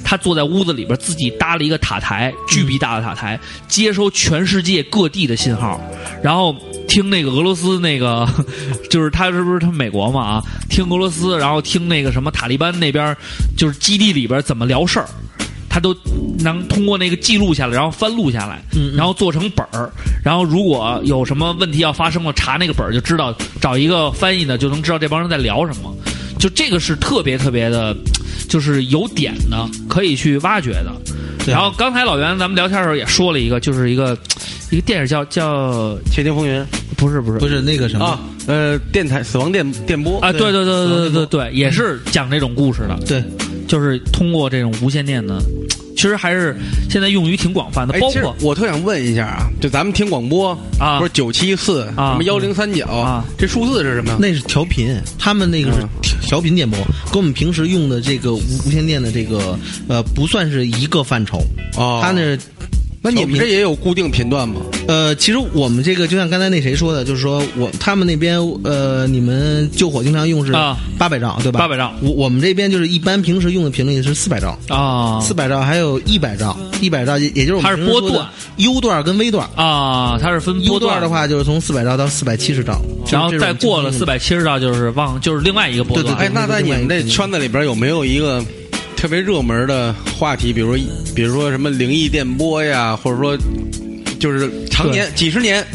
他坐在屋子里边，自己搭了一个塔台，巨逼大的塔台，接收全世界各地的信号，然后听那个俄罗斯那个， 就是他是不是他美国嘛啊？听俄罗斯，然后听那个什么塔利班那边，就是基地里边怎么聊事儿，他都能通过那个记录下来，然后翻录下来，然后做成本儿，然后如果有什么问题要发生了，查那个本儿就知道，找一个翻译的就能知道这帮人在聊什么。就这个是特别特别的，就是有点的，可以去挖掘的。对然后刚才老袁咱们聊天的时候也说了一个，就是一个一个电影叫叫窃听风云不是不是不是那个什么啊，，呃，电台死亡电电波啊，对对对死亡对对对电波对，也是讲这种故事的，对就是通过这种无线电的，其实还是现在用于挺广泛的哎，，包其实括我特想问一下啊，就咱们听广播啊不是九七四啊什么幺零三九啊，这数字是什么呀？那是调频，他们那个是调调频电波，跟我们平时用的这个无无线电的这个呃不算是一个范畴。哦他那是那你们调这频也有固定频段吗？呃，其实我们这个就像刚才那谁说的，就是说我他们那边呃，你们救火经常用是啊八百兆对吧？ 800兆我我们这边就是一般平时用的频率是四百兆。啊四百兆，还有一百兆，一百兆也也就是我们它是平时说波段的 U 段跟 V 段。啊，它是分 U 波段的，话就是从四百兆到四百七十兆，然后再过了四百。百七十兆就是往就是另外一个波段，对哎，那在你们这圈子里边有没有一个特别热门的话题？比如，比如说什么灵异电波呀，或者说就是常年几十年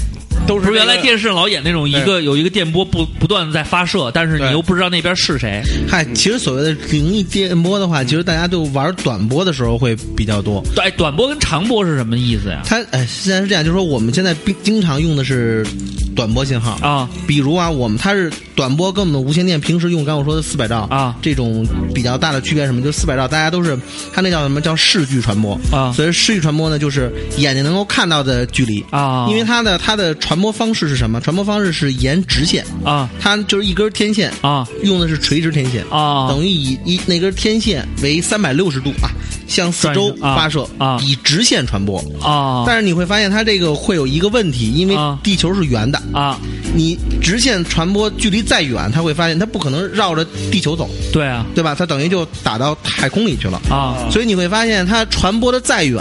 都是不是这原个来电视上老演那种一个有一个电波不不断的在发射，但是你对又不知道那边是谁嗨，其实所谓的灵异电波的话，其实大家就玩短波的时候会比较多。对，哎短波跟长波是什么意思呀？它哎，现在是这样，就是说我们现在并经常用的是短波信号啊，比如啊，我们它是短波跟我们的无线电平时用，刚才我说的四百兆啊这种比较大的区别是什么？就是四百兆，大家都是它那叫什么叫视距传播啊所以视距传播呢，就是眼睛能够看到的距离啊因为它的它的传播方式是什么？传播方式是沿直线啊，它就是一根天线啊，用的是垂直天线啊等于以以那根天线为三百六十度啊，向四周转一个啊发射啊以直线传播啊但是你会发现它这个会有一个问题，因为啊地球是圆的，啊，你直线传播距离再远，它会发现它不可能绕着地球走，对啊对吧？它等于就打到太空里去了。啊所以你会发现它传播的再远，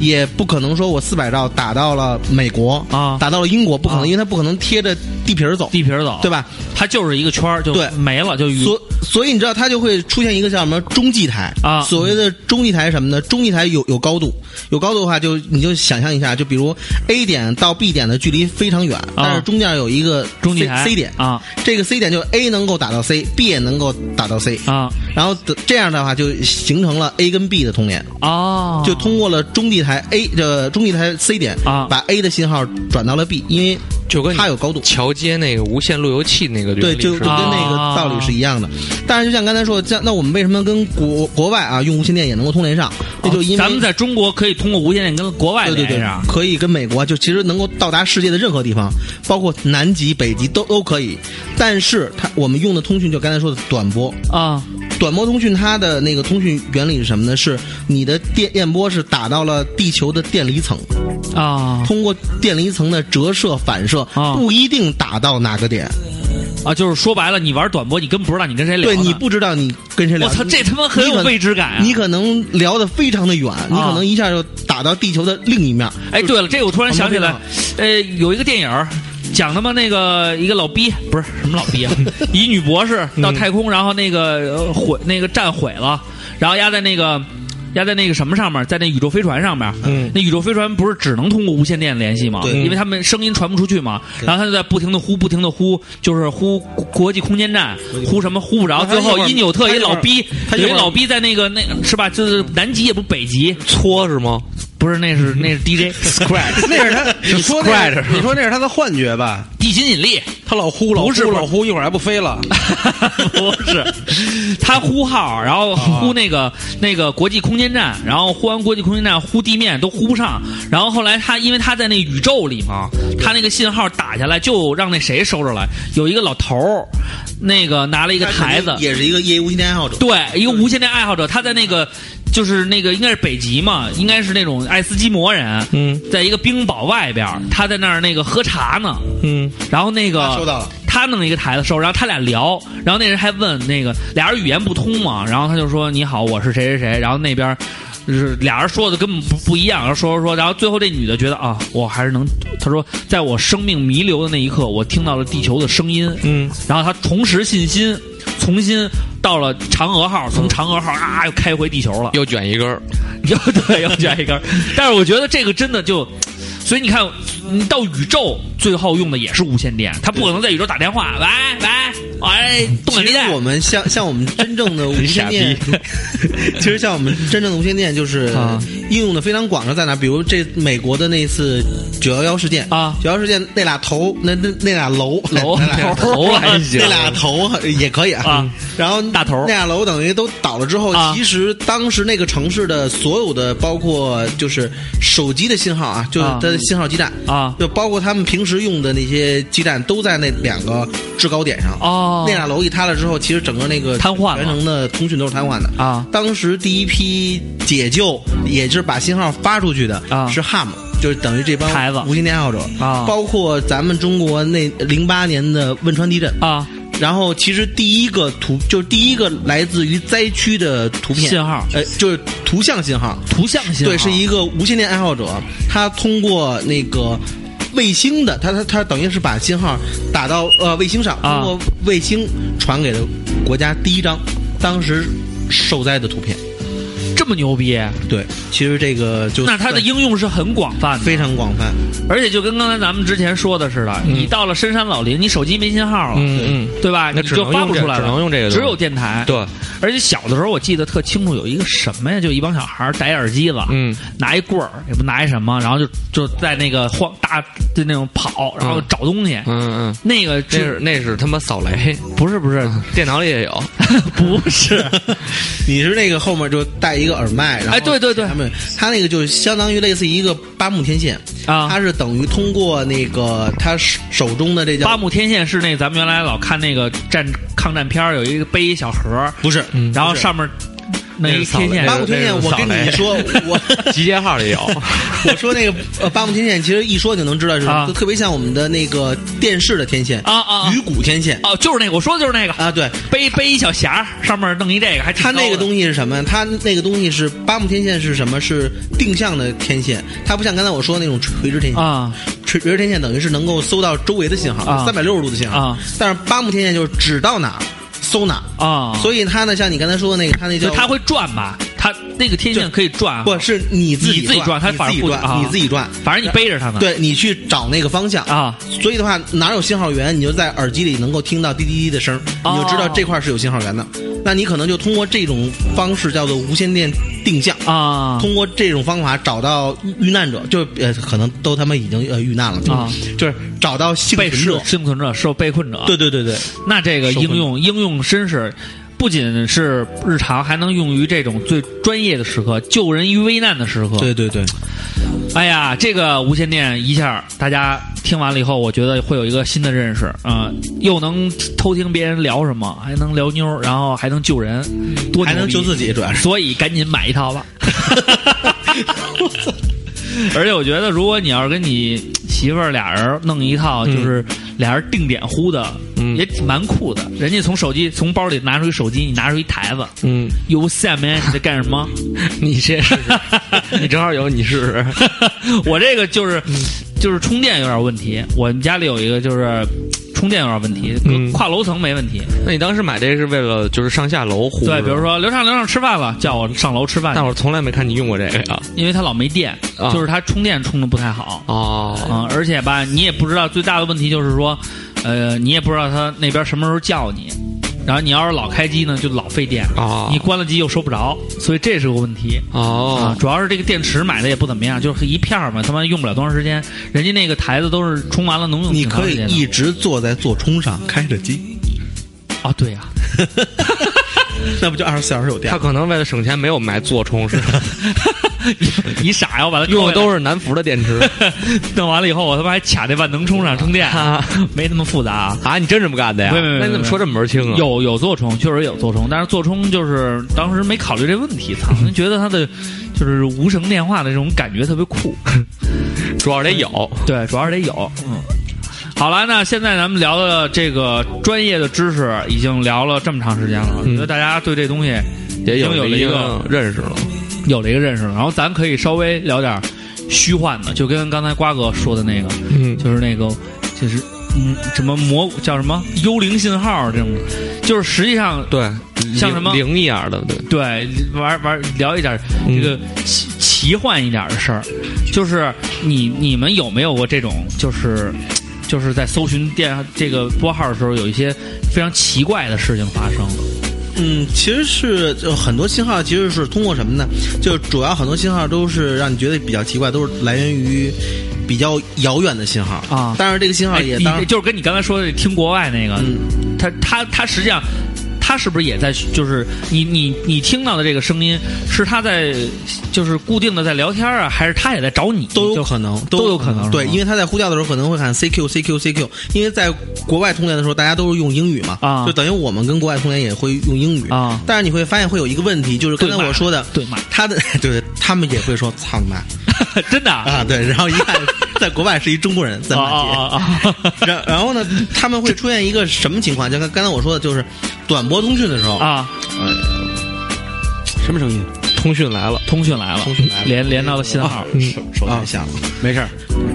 也不可能说我四百兆打到了美国啊打到了英国，不可能，啊因为它不可能贴着地皮儿走，地皮儿走，对？吧？它就是一个圈儿，就对没了，就所所以你知道它就会出现一个叫什么中继台啊所谓的中继台是什么呢？中继台有有高度，有高度的话就你就想象一下，就比如 A 点到 B 点的距离非常远，但是中间有一个啊中继 C, 台 C 点，啊这个 C 点就是 A 能够打到 C，B 也能够打到 C，、啊然后得这样的话就形成了 A 跟 B 的通联，啊，就通过了中继台 A 这中继台 C 点啊把 A 的信号转到了 B，因为就跟它有高度。桥接那个无线路由器那个原对，理就就是跟吧啊那个道理是一样的。但是就像刚才说，的，像那我们为什么跟国国外啊用无线电也能够通联上？那就因为哦咱们在中国可以通过无线电跟国外对对连对上，可以跟美国啊就其实能够到达世界的任何地方，包括南极、北极都都可以。但是它我们用的通讯就刚才说的短波，啊短波通讯它的那个通讯原理是什么呢？是你的电电波是打到了地球的电离层，啊通过电离层的折射反射啊，不一定打到哪个点。啊！就是说白了，你玩短波，你根本不知道你跟谁聊对呢。你不知道你跟谁聊。我操，你这他妈 很有未知感啊！啊你可能聊得非常的远，你可能一下就打到地球的另一面。哎，对了，这个我突然想起来我们，呃，有一个电影儿讲他妈那个一个老逼，不是什么老逼啊，一女博士到太空，然后那个呃毁那个站毁了，然后压在那个。压在那个什么上面，在那宇宙飞船上面，嗯那宇宙飞船不是只能通过无线电联系吗？对因为他们声音传不出去嘛。然后他就在不停的呼，不停的呼，就是呼国际空间站，呼什么呼不着。那他最一会儿后一纽特他一一会儿老逼，他一有会儿一老逼在那个那是吧？就是南极也不北极，搓是吗？不是那是那是 DJ Scratch 那是 他，你说那是你说那是他的幻觉吧？ 地心引力。他老呼老不是呼不是老呼，一会儿还不飞了。 不是，他呼号，然后呼那个、那个国际空间站，然后呼完国际空间站呼地面都呼不上，然后后来他因为他在那宇宙里嘛，他那个信号打下来就让那谁收着来，有一个老头儿，那个拿了一个台子，也是一个业余无线电爱好者。对，一个无线电爱好者，他在那个就是那个应该是北极嘛，应该是那种爱斯基摩人，嗯在一个冰堡外边儿，他在那儿那个喝茶呢，嗯，然后那个他收到了他弄一个台子收，然后他俩聊，然后那人还问那个俩人语言不通嘛，然后他就说你好，我是谁谁谁，然后那边。就是俩人说的根本不不一样，然后说说说，然后最后这女的觉得啊，我还是能，她说，在我生命弥留的那一刻，我听到了地球的声音，嗯，然后她重拾信心，重新到了嫦娥号，从嫦娥号啊又开回地球了，又卷一根儿， 又对又卷一根儿，但是我觉得这个真的就，所以你看，你到宇宙最后用的也是无线电，他不可能在宇宙打电话，喂喂，喂，动感其地实带我们像像我们真正的无线电， 其实像我们真正的无线电就是啊应用的非常广的在哪？比如这美国的那次九幺幺事件啊九幺事件那俩头，那那那俩楼楼 那俩头还行 那俩头也可以啊。然后大头那俩楼等于都倒了之后，啊其实当时那个城市的所有的，包括就是手机的信号啊，就是啊它的信号基站啊就包括他们平时用的那些基站，都在那两个制高点上。哦那俩楼一塌了之后，其实整个那个瘫痪了全程的通讯都是瘫痪的啊当时第一批解救，也就是把信号发出去的啊是 HAM，就是等于这帮孩子无线电爱好者啊包括咱们中国那零八年的汶川地震啊，然后其实第一个图就是第一个来自于灾区的图片信号呃，就是图像信号，图像信号对，是一个无线电爱好者，他通过那个。卫星的，他他他等于是把信号打到呃卫星上，啊通过卫星传给了国家第一张当时受灾的图片。这这么牛逼，对，其实这个就那它的应用是很广泛的，非常广泛，而且就跟刚才咱们之前说的似的，你到了深山老林，你手机没信号了，嗯嗯，对吧？那你只就能发用不这出来只能了，用这个东西，只有电台。对，而且小的时候我记得特清楚，有一个什么呀，就一帮小孩儿戴耳机子，嗯，拿一棍儿，也不拿一什么，然后就就在那个荒大就那种跑，然后嗯找东西。嗯嗯，那个那是那是他妈扫雷，不是不是电脑里也有， 不是，你是那个后面就带一个耳麦，然后哎对对对他们他那个就相当于类似于一个八目天线啊它是等于通过那个他手手中的这叫八目天线是那咱们原来老看那个战抗战片儿，有一个背一小盒儿，不是嗯然后上面那一天线八目天线，我跟你说，我集结号里有， 我说那个呃八目天线，其实一说你就能知道是什啊么，就特别像我们的那个电视的天线啊啊啊鱼骨天线哦，就是那个，我说的就是那个，啊，对，背背一小匣儿，上面弄一这个，还挺它那高个的东西是什么？它那个东西是八目天线是什么？是定向的天线，它不像刚才我说的那种垂直天线。啊垂直天线等于是能够搜到周围的信号，啊三百六十度的信号。啊但是八目天线就是指到哪儿搜哪儿，啊，所以它呢，像你刚才说的那个，它那就叫它会转吧，它那个天线可以转，不是你自你自己转转，它你反而自己不啊转，你自己转，反正你背着它呢，对你去找那个方向。啊，所以的话，哪有信号源，你就在耳机里能够听到滴滴滴的声儿，哦你就知道这块儿是有信号源的。那你可能就通过这种方式叫做无线电定向。啊通过这种方法找到遇难者，就呃可能都他妈已经呃遇难了啊，就是找到幸被存者是。幸存者受被困者，对对对对，那这个应用应用真是。不仅是日常，还能用于这种最专业的时刻，救人于危难的时刻。对对对，哎呀，这个无线电一下，大家听完了以后，我觉得会有一个新的认识啊、又能偷听别人聊什么，还能聊妞儿，然后还能救人，多牛逼还能救自己，主要是。所以赶紧买一套 吧。而且我觉得，如果你要是跟你媳妇儿俩人弄一套，就是俩人定点呼的，嗯也挺蛮酷的。人家从手机从包里拿出一手机，你拿出一台子， 嗯，哟塞，man，你在干什 么？你这是， 你正好有，你试试。我这个就是嗯就是充电有点问题，我们家里有一个就是充电有点问题，嗯跨楼层没问题。那你当时买这个是为了就是上下楼呼？对，比如，说刘畅刘畅吃饭了，叫我上楼吃饭但，我从来没看你用过这个呀。因为他老没电，啊就是他充电充的不太好。哦，啊、而且吧，你也不知道最大的问题就是说，呃，你也不知道他那边什么时候叫你，然后你要是老开机呢，就老费电，啊哦你关了机又收不着，所以这是个问题。啊哦，，主要是这个电池买的也不怎么样，就是一片儿嘛，他妈用不了多长时间。人家那个台子都是充完了能用你挺长可时以间的一直坐在座充上开着机，啊，对呀、那不就二十四小时有电他？可能为了省钱没有买座充，是 吧你傻呀，我把它用的都是是南孚的电 池弄完了以后，我他妈还卡这万能充上充电，啊没那么复杂啊。啊！你真这么干的呀？没没没那你怎么没说这么门儿清啊？有有座充，确实有座充，但是座充就是当时没考虑这问题，操，觉得它的就是无绳电话的这种感觉特别酷。主要得有。对，主要是得有。嗯，好了，那现在咱们聊的这个专业的知识已经聊了这么长时间了，我觉得大家对这东西也已经嗯有了了一一个嗯认识了，有了一个认识了。然后咱可以稍微聊点虚幻的，就跟刚才瓜哥说的那个，嗯，就是那个就是嗯什么魔叫什么幽灵信号这种，就是实际上对，嗯像灵什么灵一样的，对，对，玩玩聊一点这个嗯奇奇幻一点的事儿，就是你你们有没有过这种，就是就是在搜寻电这个拨号的时候，有一些非常奇怪的事情发生？嗯，其实是就很多信号其实是通过什么呢？就主要很多信号都是让你觉得比较奇怪，都是来源于比较遥远的信号啊当然，这个信号哎也你当然就是跟你刚才说的听国外那个，嗯他他他实际上。他是不是也在？就是你你你听到的这个声音，是他在就是固定的在聊天啊，还是他也在找你？都就有可能，都有可能是吗对，因为他在呼叫的时候可能会喊 CQ CQ CQ，因为在国外通联的时候，大家都是用英语嘛，啊就等于我们跟国外通联也会用英语啊但是你会发现会有一个问题，就是刚才对骂我说的，对骂他的 对他们也会说操你妈 真的啊啊，对，然后一 看在国外是一中国人在啊骂街。啊啊啊 然然后呢，他们会出现一个什么情况？就跟啊刚才我说的，就是短波通讯的时候，啊！呃什么声音？通讯来了，通讯来了，啊通讯来了连连到了信号。手手太下了。啊没事儿，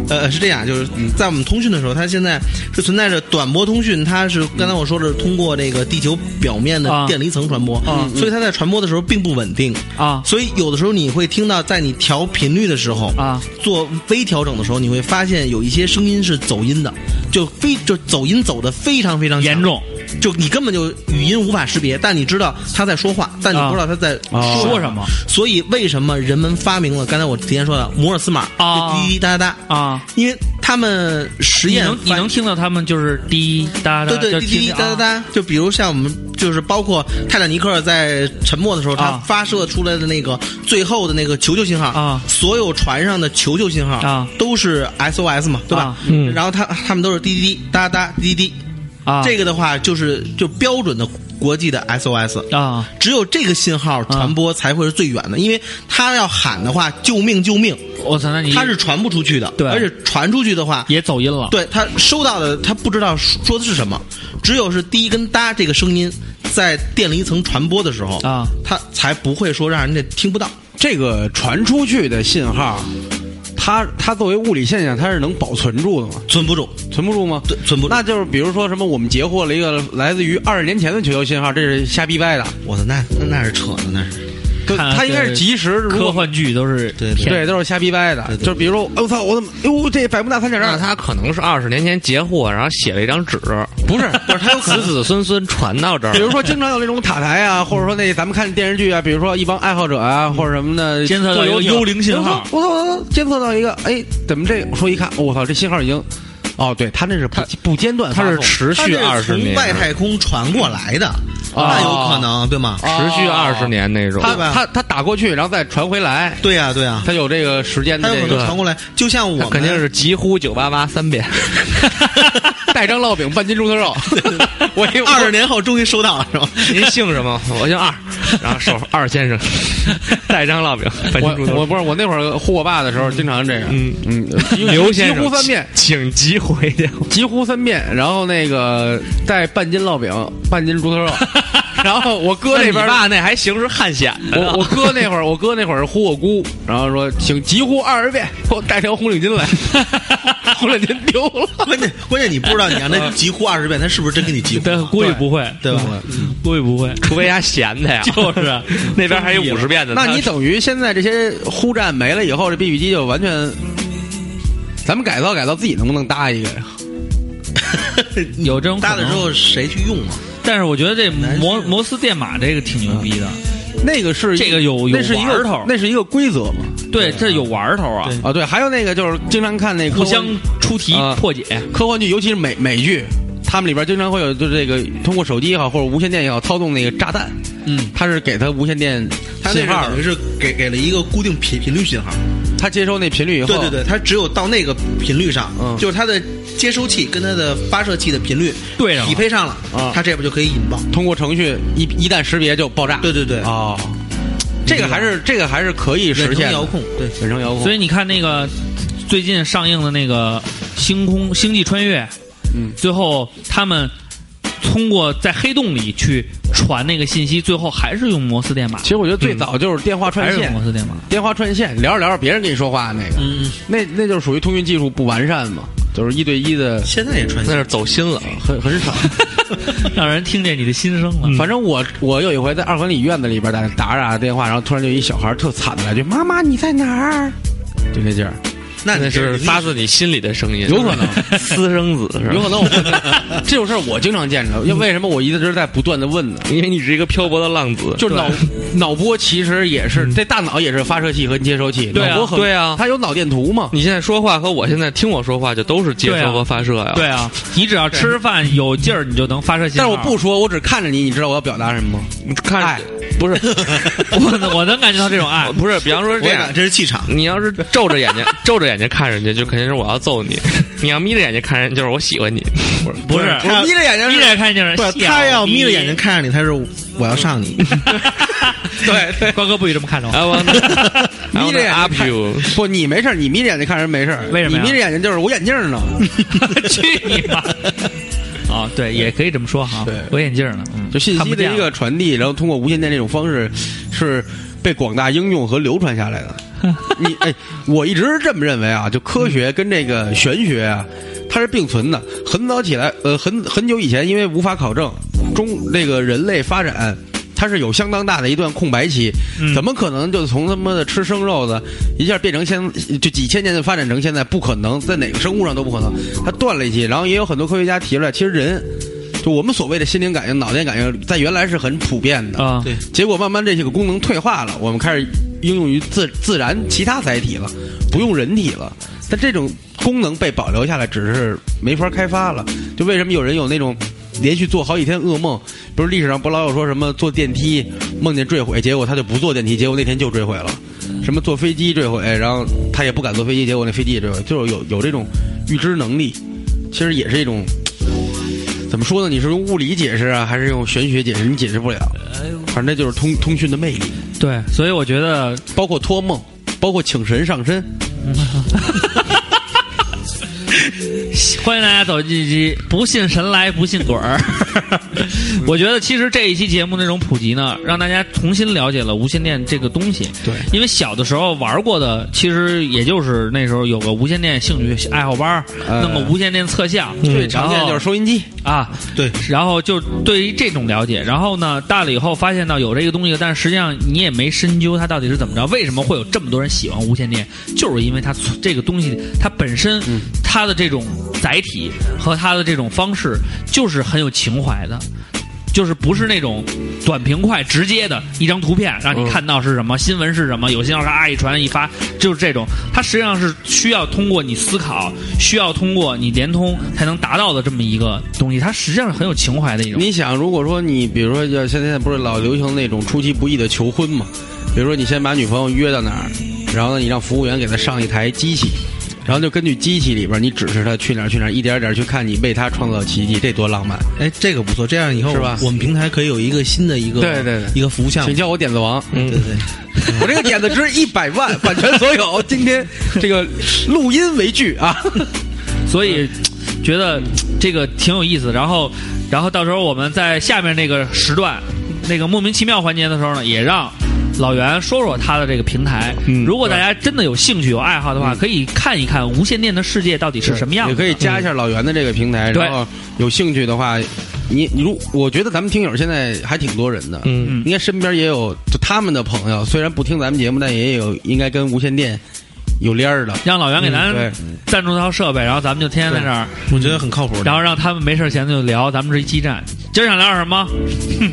呃，是这样，就是在我们通讯的时候，它现在是存在着短波通讯，它是刚才我说的，通过这个地球表面的啊电离层传播，嗯所以它在传播的时候并不稳定啊所以有的时候你会听到，在你调频率的时候啊，做微调整的时候，你会发现有一些声音是走音的，就非就走音走的非常非常强严重，就你根本就语音无法识别，但你知道他在说话，但你不知道他在啊说说什么所以为什么人们发明了刚才我提前说的摩尔斯码啊滴滴答答？啊，因为他们实你验能你发能听到他们就是滴答答，对对就滴听滴啊答答答，就比如像我们就是包括泰坦尼克在沉没的时候，它啊发射出来的那个最后的那个求救信号啊所有船上的求救信号啊都是 SOS 嘛，对吧啊？嗯然后他他们都是滴滴滴答答滴滴滴，啊，这个的话就是就标准的国际的 SOS。啊只有这个信号传播才会是最远的，因为他要喊的话“救命救命我操，那”，你他是传不出去的。嗯对而且传出去的话，也走音了，对他收到的他不知道说的是什么，只有是滴跟哒这个声音在电离层传播的时候啊，他才不会说让人家听不到。这个传出去的信号，它它作为物理现象，它是能保存住的吗？存不住，存不住吗？对，存不住。那就是比如说什么，我们截获了一个来自于二十年前的求救信号，这是瞎逼掰的。我操，那那那是扯的，那是对，看它应该对是及时。如科果幻剧都是对骗对，都是瞎逼掰的对。对就比如说，哎我操，我怎么，哎呦，这百慕大三角那洲，他可能是二十年前截获，然后写了一张纸，不是，不是，他有可子能。子孙孙传到这儿。比如说，经常有那种塔台啊，或者说那咱们看电视剧啊，比如说一帮爱好者啊，或者什么的，监测到坐一游个艇幽灵信号我操，我操，我操监测到一个，哎，怎么这说一看，我操，这信号已经，哦，对，他那是不不间断发它送是的，持续二十从年，外太空传过来的，那有可能对吗？啊持续二十年那种。他对吧他他打过去，然后再传回来，对呀对呀，他有这个时间他的有可这能个传过来，就像我他们肯定是急呼九八八三 遍，带张烙饼，半斤猪头 肉，我一二十年后终于收到了 是吧？您姓什么？我姓 二，然后手二先生，带张烙饼，本我身猪头我不是我那会儿护我爸的时候，经常这样，嗯嗯，刘先急生呼三遍，请急回电话。急呼三遍，然后那个带半斤烙饼，半斤猪头 肉， 然后我哥那边那你爸那还行是汉显的啊呢我我哥那会儿，我哥那会儿呼我姑，然后说请急呼二十遍，给我带条红领巾来， 红领巾丢了。关键关键你不知道你让他急呼二十遍，他是不是真给你急呼？对，估计不会，对吧？嗯估计不会，除非他闲的呀，就是啊那边还有五十遍的。那你等于现在这些呼站没了以后，这 BB 机就完全，咱们改造改造自己能不能搭一个呀？有这种搭可的时能。候谁去用啊？但是我觉得这摩摩斯电码这个挺牛逼的，那个是一这个有有那是一玩个头那是一个规则嘛？对，这有玩头啊，啊，对，还有那个就是经常看那科互幻相出题啊破解科幻剧，尤其是美美剧，他们里边经常会有就是这个通过手机也好或者无线电也好操纵那个炸弹，嗯，他是给他无线电他那信是号等，于是给给了一个固定频频率信号，他接收那频率以后，对对对，它只有到那个频率上，嗯就是它的接收器跟它的发射器的频率对上了匹配上了，啊它这边就可以引爆。通过程序一一旦识别就爆炸。对对对，啊哦，这个还是这个还是可以远实程现的遥，控，对，远程遥控。所以你看那个最近上映的那个《星空星际穿越》，嗯，最后他们通过在黑洞里去传那个信息，最后还是用摩斯电码其，实我觉得最嗯早就是电话还串是用线，摩斯电码。 电话串线聊着聊着别人跟你说话那个，嗯，那那就是属于通讯技术不完善嘛，就是一对一的现在也传那是走心了，啊很很少。让人听见你的心声了。啊反正我我有一回在二环里院子里边打打着打着电话，然后突然就一小孩特惨的来句：“妈妈你在哪儿？”就那劲儿，那你那这是发自你心里的声音，有可能。 私生子是 吧？有可能我这种事儿我经常见着，因为为什么我一直在不断的问呢？因为你是一个漂泊的浪子，就是脑脑波其实也是，这大脑也是发射器和接收器，对啊脑波很对啊它有脑电图嘛。你现在说话和我现在听我说话就都是接对啊收和发射呀。对啊，你只要吃饭有劲儿，你就能发射信但号。是我不说，我只看着你，你知道啊我要表达什么吗？你看，爱不是， 我我能感觉到这种爱我。不是，比方说是我这俩样，这是气场，你要是皱着眼睛皱着眼睛看人家，就肯定是我要揍你；你要眯着眼睛看人，就是我喜欢你。不是，他眯着眼睛眯是着眼看就是啊不，他要眯着眼睛。看着你，他是我要 上你，对对， 瓜哥不许这么看着我。 I want I 眯着 want 眼 up 睛 you，不，你没事儿，你眯着眼睛看人没事儿，为什么呀你眯着眼睛就是我眼镜呢。 去你妈！ 啊，对，也可以这么说哈。对我眼镜呢，嗯就信看息不的见一个了传递，然后通过无线电这种方式，是被广大应用和流传下来的。 你哎，我一直是这么认为啊，就科学跟这个玄学啊，它是并存的。很早起来，呃，很很久以前，因为无法考证，中这个人类发展。它是有相当大的一段空白期，怎么可能就从他妈的吃生肉的，一下变成现就几千年的发展成现在？不可能，在哪个生物上都不可能。它断了一期，然后也有很多科学家提出来，其实人就我们所谓的心灵感应、脑电感应，在原来是很普遍的，啊，对结果慢慢这些个功能退化了，我们开始应用于自自然其他载体了，不用人体了。但这种功能被保留下来，只是没法开发了。就为什么有人有那种连续做好几天噩梦？不是历史上不老有说什么坐电梯梦见坠毁，结果他就不坐电梯，结果那天就坠毁了。什么坐飞机坠毁，然后他也不敢坐飞机，结果那飞机也坠毁，就是有有这种预知能力，其实也是一种怎么说呢？你是用物理解释啊，还是用玄学解释？你解释不了。反正这就是通通讯的魅力，对，所以我觉得包括托梦，包括请神上身。欢迎大家走进一期不信神来不信鬼 儿。 我觉得其实这一期节目那种普及呢，让大家重新了解了无线电这个东西。对，因为小的时候玩过的，其实也就是那时候有个无线电兴趣爱好班儿，呃那么无线电测向最常见的就是收音机，啊，对，然后就对于这种了解，然后呢，大了以后发现到有这个东西，但是实际上你也没深究它到底是怎么着，为什么会有这么多人喜欢无线电，就是因为它存这个东西它本身、它的这种载体和它的这种方式就是很有情怀的。就是不是那种短平快、直接的一张图片，让你看到是什么、新闻是什么，有信号咔一传一发，就是这种。它实际上是需要通过你思考，需要通过你联通才能达到的这么一个东西。它实际上是很有情怀的一种。你想，如果说你比如说要现在不是老流行那种出其不意的求婚嘛？比如说你先把女朋友约到哪儿，然后呢，你让服务员给她上一台机器，然后就根据机器里边你指示她去哪儿去哪儿，一点点去看你为她创造奇迹，这多浪漫！哎，这个不错，这样以后是吧我们平台可以有一个新的一个对对对一个服务项请目，叫我点子王，对对，我这个点子值一百万，版权所有。今天这个录音为据啊，所以觉得这个挺有意思。然后，然后到时候我们在下面那个时段，那个莫名其妙环节的时候呢，也让。老袁说说他的这个平台，嗯如果大家真的有兴趣、有爱好的话，可以看一看无线电的世界到底是什么样子也的。嗯可以加一下老袁的这个平台，对然后有兴趣的话，你你如我觉得咱们听友现在还挺多人的，嗯应该身边也有就他们的朋友，虽然不听咱们节目，但也有应该跟无线电有联儿的。让老袁给咱嗯对赞助套设备，然后咱们就天天在这儿，我觉得很靠谱的。然后让他们没事闲的就聊，咱们是一基站。今儿想聊点什么？哼，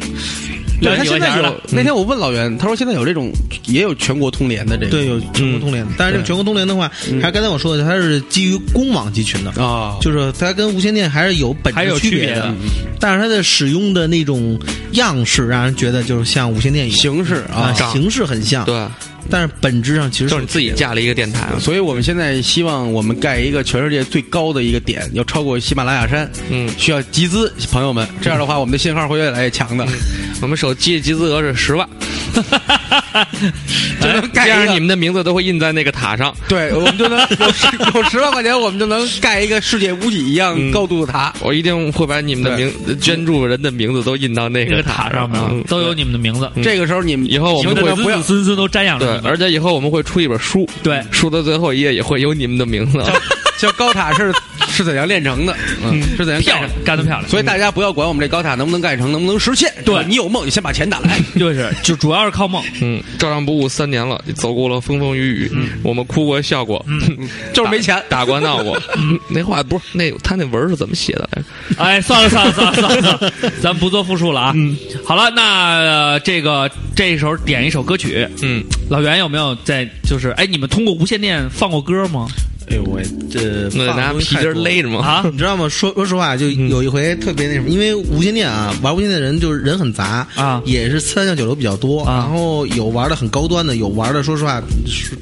聊对他几现个在钱有、的。那天我问老袁，他说现在有这种也有全国通联的这个对，有全国通联，但是这个全国通联的话，还是刚才我说的，它是基于公网集群的，啊，就是它跟无线电还是有本还是有质区别别的的，但是它的使用的那种样式让人觉得就是像无线电一样形式啊，啊。长形式很像，对，啊但是本质上其实就是你自己架了一个电台，啊所以我们现在希望我们盖一个全世界最高的一个点，要超过喜马拉雅山，嗯，需要集资，朋友们，这样的话我们的信号会越来越强的。我们手机集资额是十万，嗯就能 盖这一个样你们的名字都会印在那个塔上。 对，我们就能有十有十万块钱，我们就能盖一个世界屋脊一样嗯高度的塔。我一定会把你们的对名捐助人的名字都印到那那个个塔上上面嗯都有你们的名字，这个时候你们以后我你们们会的不子要子孙孙都瞻仰对着，你们。而且以后我们会出一本书，嗯对书的最后一页也会有你们的名字。叫高塔是是怎样炼成的，嗯，是怎样漂盖亮成。，干得漂亮。所以大家不要管我们这高塔能不能盖成，能不能实现。对你有梦，你先把钱打来。就是就主要是靠梦， 嗯，照常不误三年了，走过了风风雨雨，我们哭过笑过， 就是没钱打打过闹 过。那话不是那他那文儿是怎么写的来着？哎，算了算了算了算了，算了，咱不做复述了啊。嗯，好了，那、呃这个这时候点一首歌曲。嗯，老袁有没有在就是哎，你们通过无线电放过歌吗？哎呦我这嗯那得拿皮筋儿勒着嘛。啊， 嗯你知道吗？说说实话，就有一回特别那什么，因为无线电啊，玩无线电的人就是人很杂啊也是三教九流比较多，啊然后有玩的很高端的，有玩的说实话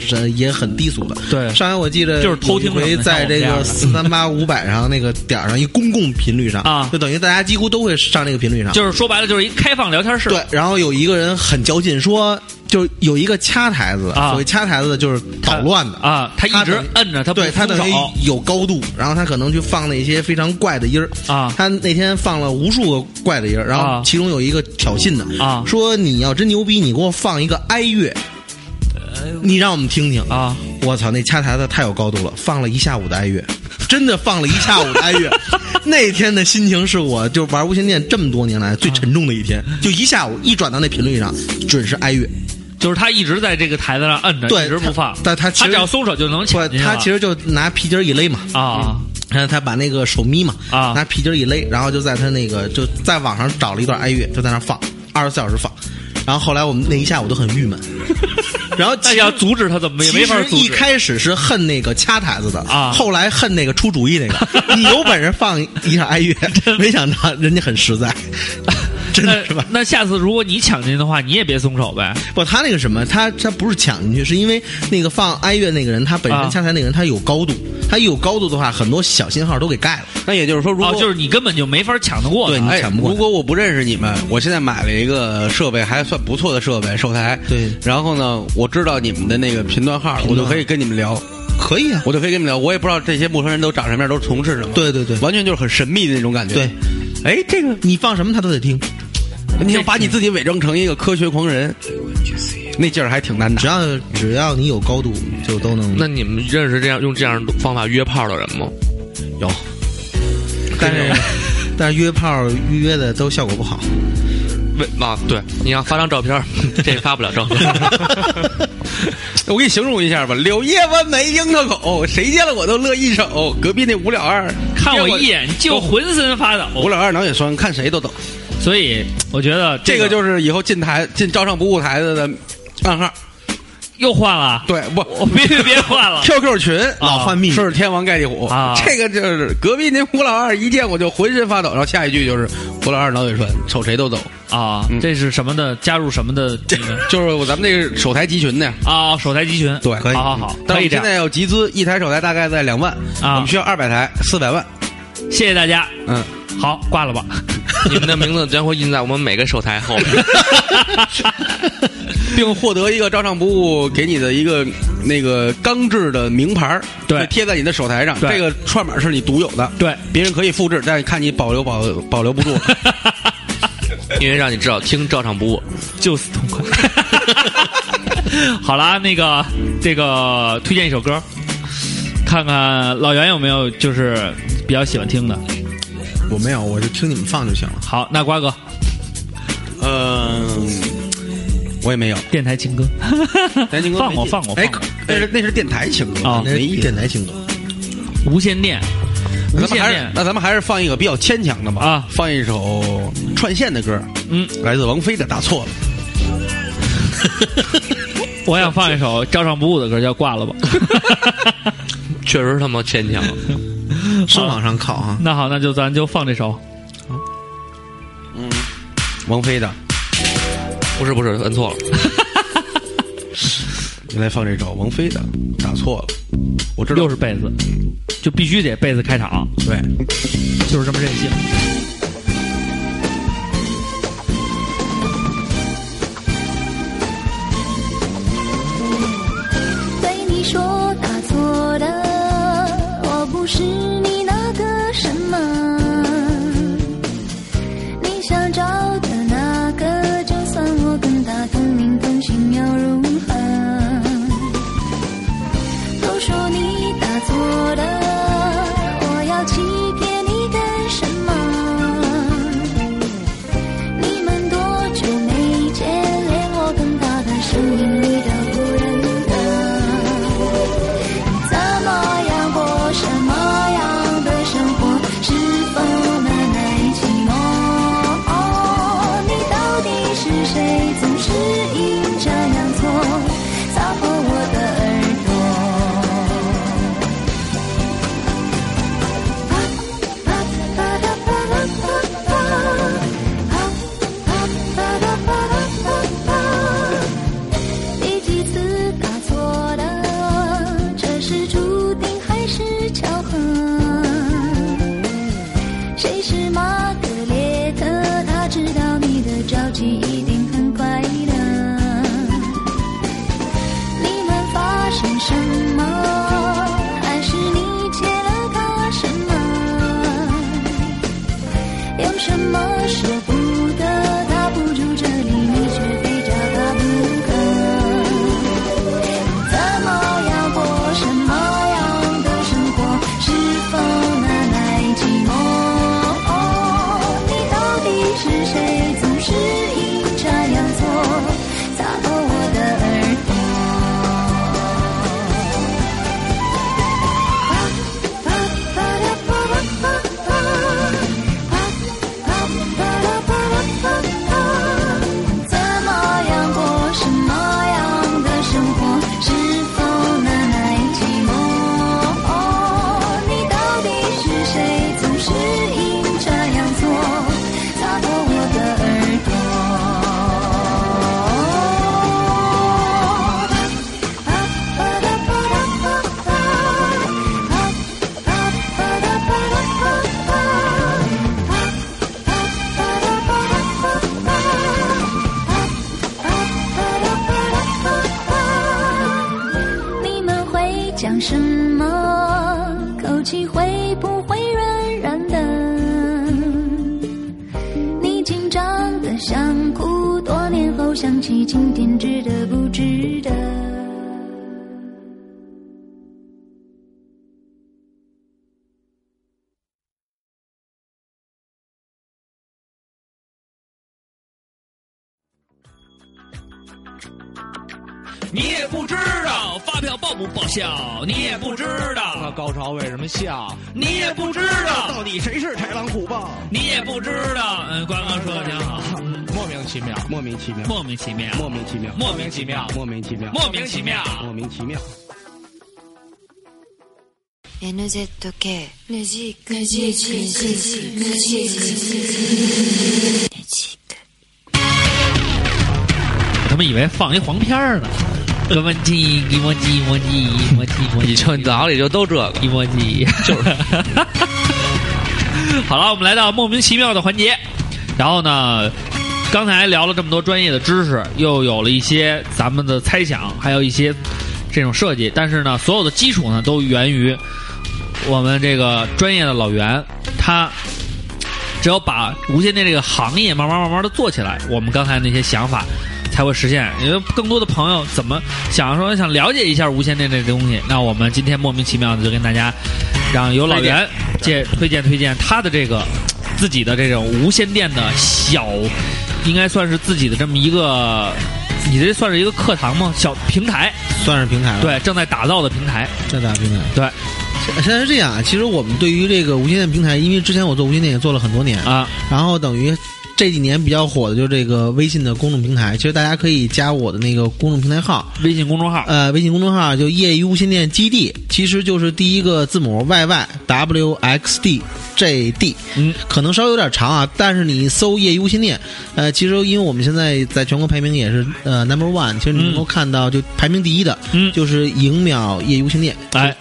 是也很低俗的。对上回我记得就是偷听有一什回么的在这像我个们四三八五百上那个点儿上一公共频率上啊就等于大家几乎都会上这个频率上，就是说白了就是一开放聊天室。对，然后有一个人很较劲，说就是有一个掐台子的，啊所谓掐台子的就是捣乱的。啊，他一直等于摁着他不对他松等于手有高度，然后他可能去放那些非常怪的音儿啊他那天放了无数个怪的音儿，然啊后其中有一个挑衅的啊说你要真牛逼，你给我放一个哀乐，你让我们听听。哎啊，我操，那掐台子太有高度了，放了一下午的哀乐，真的放了一下午的 哀乐。那天的心情是我就玩无线电这么多年来最沉重的一天，就一下午一转到那频率上，准是哀乐。就是他一直在这个台子上摁着，对一直不放他。但他其实只要松手就能不抢，进去他了其实嗯就拿皮筋儿一勒嘛，啊然后他把那个手咪嘛，啊拿皮筋儿一勒，然后就在他那个就在网上找了一段哀乐，就在那儿放，二十四小时放。然后后来我们那一下午都很 郁闷，然后其那实要阻止他怎哎么也没其法实阻一止。开始是恨那个掐台子的啊后来恨那个出主意 那个。你有本事放一下哀乐，没想到人家很 实在，真的是吧那？那下次如果你抢进去的话，你也别松手呗。不，他那个什么，他他不是抢进去，是因为那个放哀乐那个人，他本啊身恰才那个人他有高度，他一有高度的话，很多小信号都给盖了。那也就是说，如果哦，就是你根本就没法抢得过他。对你哎，抢不过如果我不认识你们，我现在买了一个设备，还算不错的设备，售台。对然后呢，我知道你们的那个频段号，我就可以跟你们聊，可以啊， 我就可以跟你们聊。我也不知道这些陌生人都长什么样，都从事什么。对对对完全就是很神秘的那种感觉。对，哎，这个你放什么他都得听，你想把你自己伪装成一个科学狂人，那劲儿还挺难拿只。要只要你有高度，就都能。那你们认识这样用这样的方法约炮的人吗？有，但是但是约炮预约的都效果不好。为啊，对，你要发张照 片儿，这发不了照片 儿。我给你形容一下吧，柳叶弯眉樱桃口，谁见了我都乐一手。隔壁那五了二，看我一眼就浑身发抖，五了二脑血栓，看谁都抖。所以我觉得这个个就是以后进台进招商不误台子的暗号。又换了，对，不 我别别别换 了，QQ 群老换秘密啊是天王盖地虎啊这个就是隔壁那胡老二一见我就浑身发抖，然后下一句就是胡老二脑血栓，瞅谁都抖。啊！嗯这是什么的？加入什么的？这个就是我咱们那个手台集群的，啊，手台集群，对可以好好好，但可我以们这现样。在要集资，一台手台大概在两万，啊我们需要二百台，四百万。谢谢大家，嗯，好，挂了吧。 你们的名字将会印在我们每个手台后面。 并获得一个招商不误给你的一个那个钢制的名牌儿对会贴在你的手台上。对这个串码是你独有的，对，别人可以复制，但看你保留保保留不住。因为让你知道听照常不误。就是痛快。 好啦，那个这个推荐一首歌，看看老袁有没有就是比较喜欢听的。 我没有，我就听你们放就行了。好，那瓜哥，嗯，我也没有。电台 情歌，南京歌放没过劲放过哎放过，那是那是电台情歌啊那没意是思电。台情歌，无线电，无咱们线还是电，那咱们还是放一个比较牵强的吧啊放一首串线的歌，嗯，来自王菲的《打错了我想放一首照常不误的歌，叫《挂了 吧》。确实他妈牵强。生往上靠啊！那好，那就咱就放这首。》，王菲的，不是不是，摁错了。来放这首王菲的《打错了》，我知道又是贝斯，就必须得贝斯开场，对。就是这么任性。对你说打错的，我不是你那个什么，你想找的那个，就算我跟他同名同姓又如何？都说你打错的，我要欺骗你干什么？么口气会不会软软的？你紧张的想哭，多年后想起今天值得不值得？你也不知道发票报不报销，你也不知那道，高潮为什么笑？你也不知道，到底谁是豺狼虎豹？你也不知道。嗯，关哥说的挺好，莫名其妙。莫名其妙，莫名其妙，莫名其妙，莫名其妙，莫名其妙，莫名其妙。莫名其妙。 NZK ねじくねじくねじくねじくねじく我他妈以为放一黄片儿呢。什么鸡？一摸鸡，一摸鸡，一摸鸡，一摸鸡，你就脑里就都这个， 一摸鸡，就是。好了，我们来到莫名其妙的环节。然后呢，刚才聊了这么多专业的知识，又有了一些咱们的猜想，还有一些这种设计。但是呢，所有的基础呢，都源于我们这个专业的老袁，他只有把无线电这个行业慢慢慢慢的做起来，我们刚才那些想法才会实现。因为更多的朋友怎么想说想了解一下无线电这东西，那我们今天莫名其妙的就跟大家让由老袁介推荐推荐他的这个自己的这种无线电的小，应该算是自己的这么一个，你这算是一个课堂吗？小平台，算是平台了。，对，正在打造的平台，这大平台。对现现在是这样啊，其实我们对于这个无线电平台，因为之前我做无线电也做了很多年，啊，然后等于这几年比较火的就是这个微信的公众平台，其实大家可以加我的那个公众平台号，微信公众号，呃，微信公众号就“业余无线电基地”，其实就是第一个字母 YYWXDJD，嗯，可能稍微有点长啊，但是你搜“业余无线电”，呃，其实因为我们现在在全国排名也是呃 number one，其实你能够看到就排名第一的，嗯就是影秒业余无线电，哎，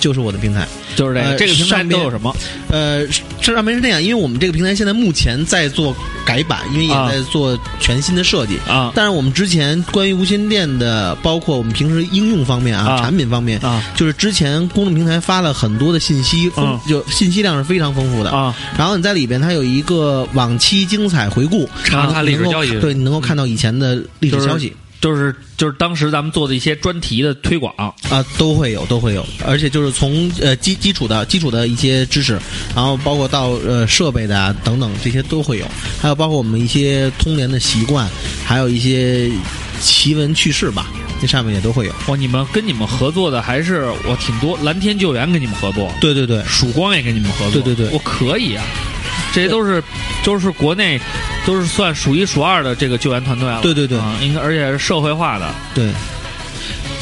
就是我的平台。就是这个，呃这个平台上都面有什么？呃，这上面是这样，因为我们这个平台现在目前在做改版，因为也啊在做全新的设计。啊但是我们之前关于无线电的，包括我们平时应用方面啊，啊产品方面，啊就是之前公众平台发了很多的信息，丰、嗯就信息量是非常丰富的。啊然后你在里边，它有一个往期精彩回顾，查看历史能够交易对，你能够看到以前的历史就是消息。就是就是当时咱们做的一些专题的推广啊，都会有，都会有，而且就是从呃基基础的基础的一些知识，然后包括到呃设备的啊等等这些都会有，还有包括我们一些通联的习惯，还有一些奇闻趣事吧，这上面也都会有。哇！你们跟你们合作的还是我挺多，蓝天救援跟你们合作，对对对，曙光也跟你们合作，对对对我可以啊，这些都是都是国内都是算数一数二的这个救援团队了，对对对啊应该而且是社会化的，对，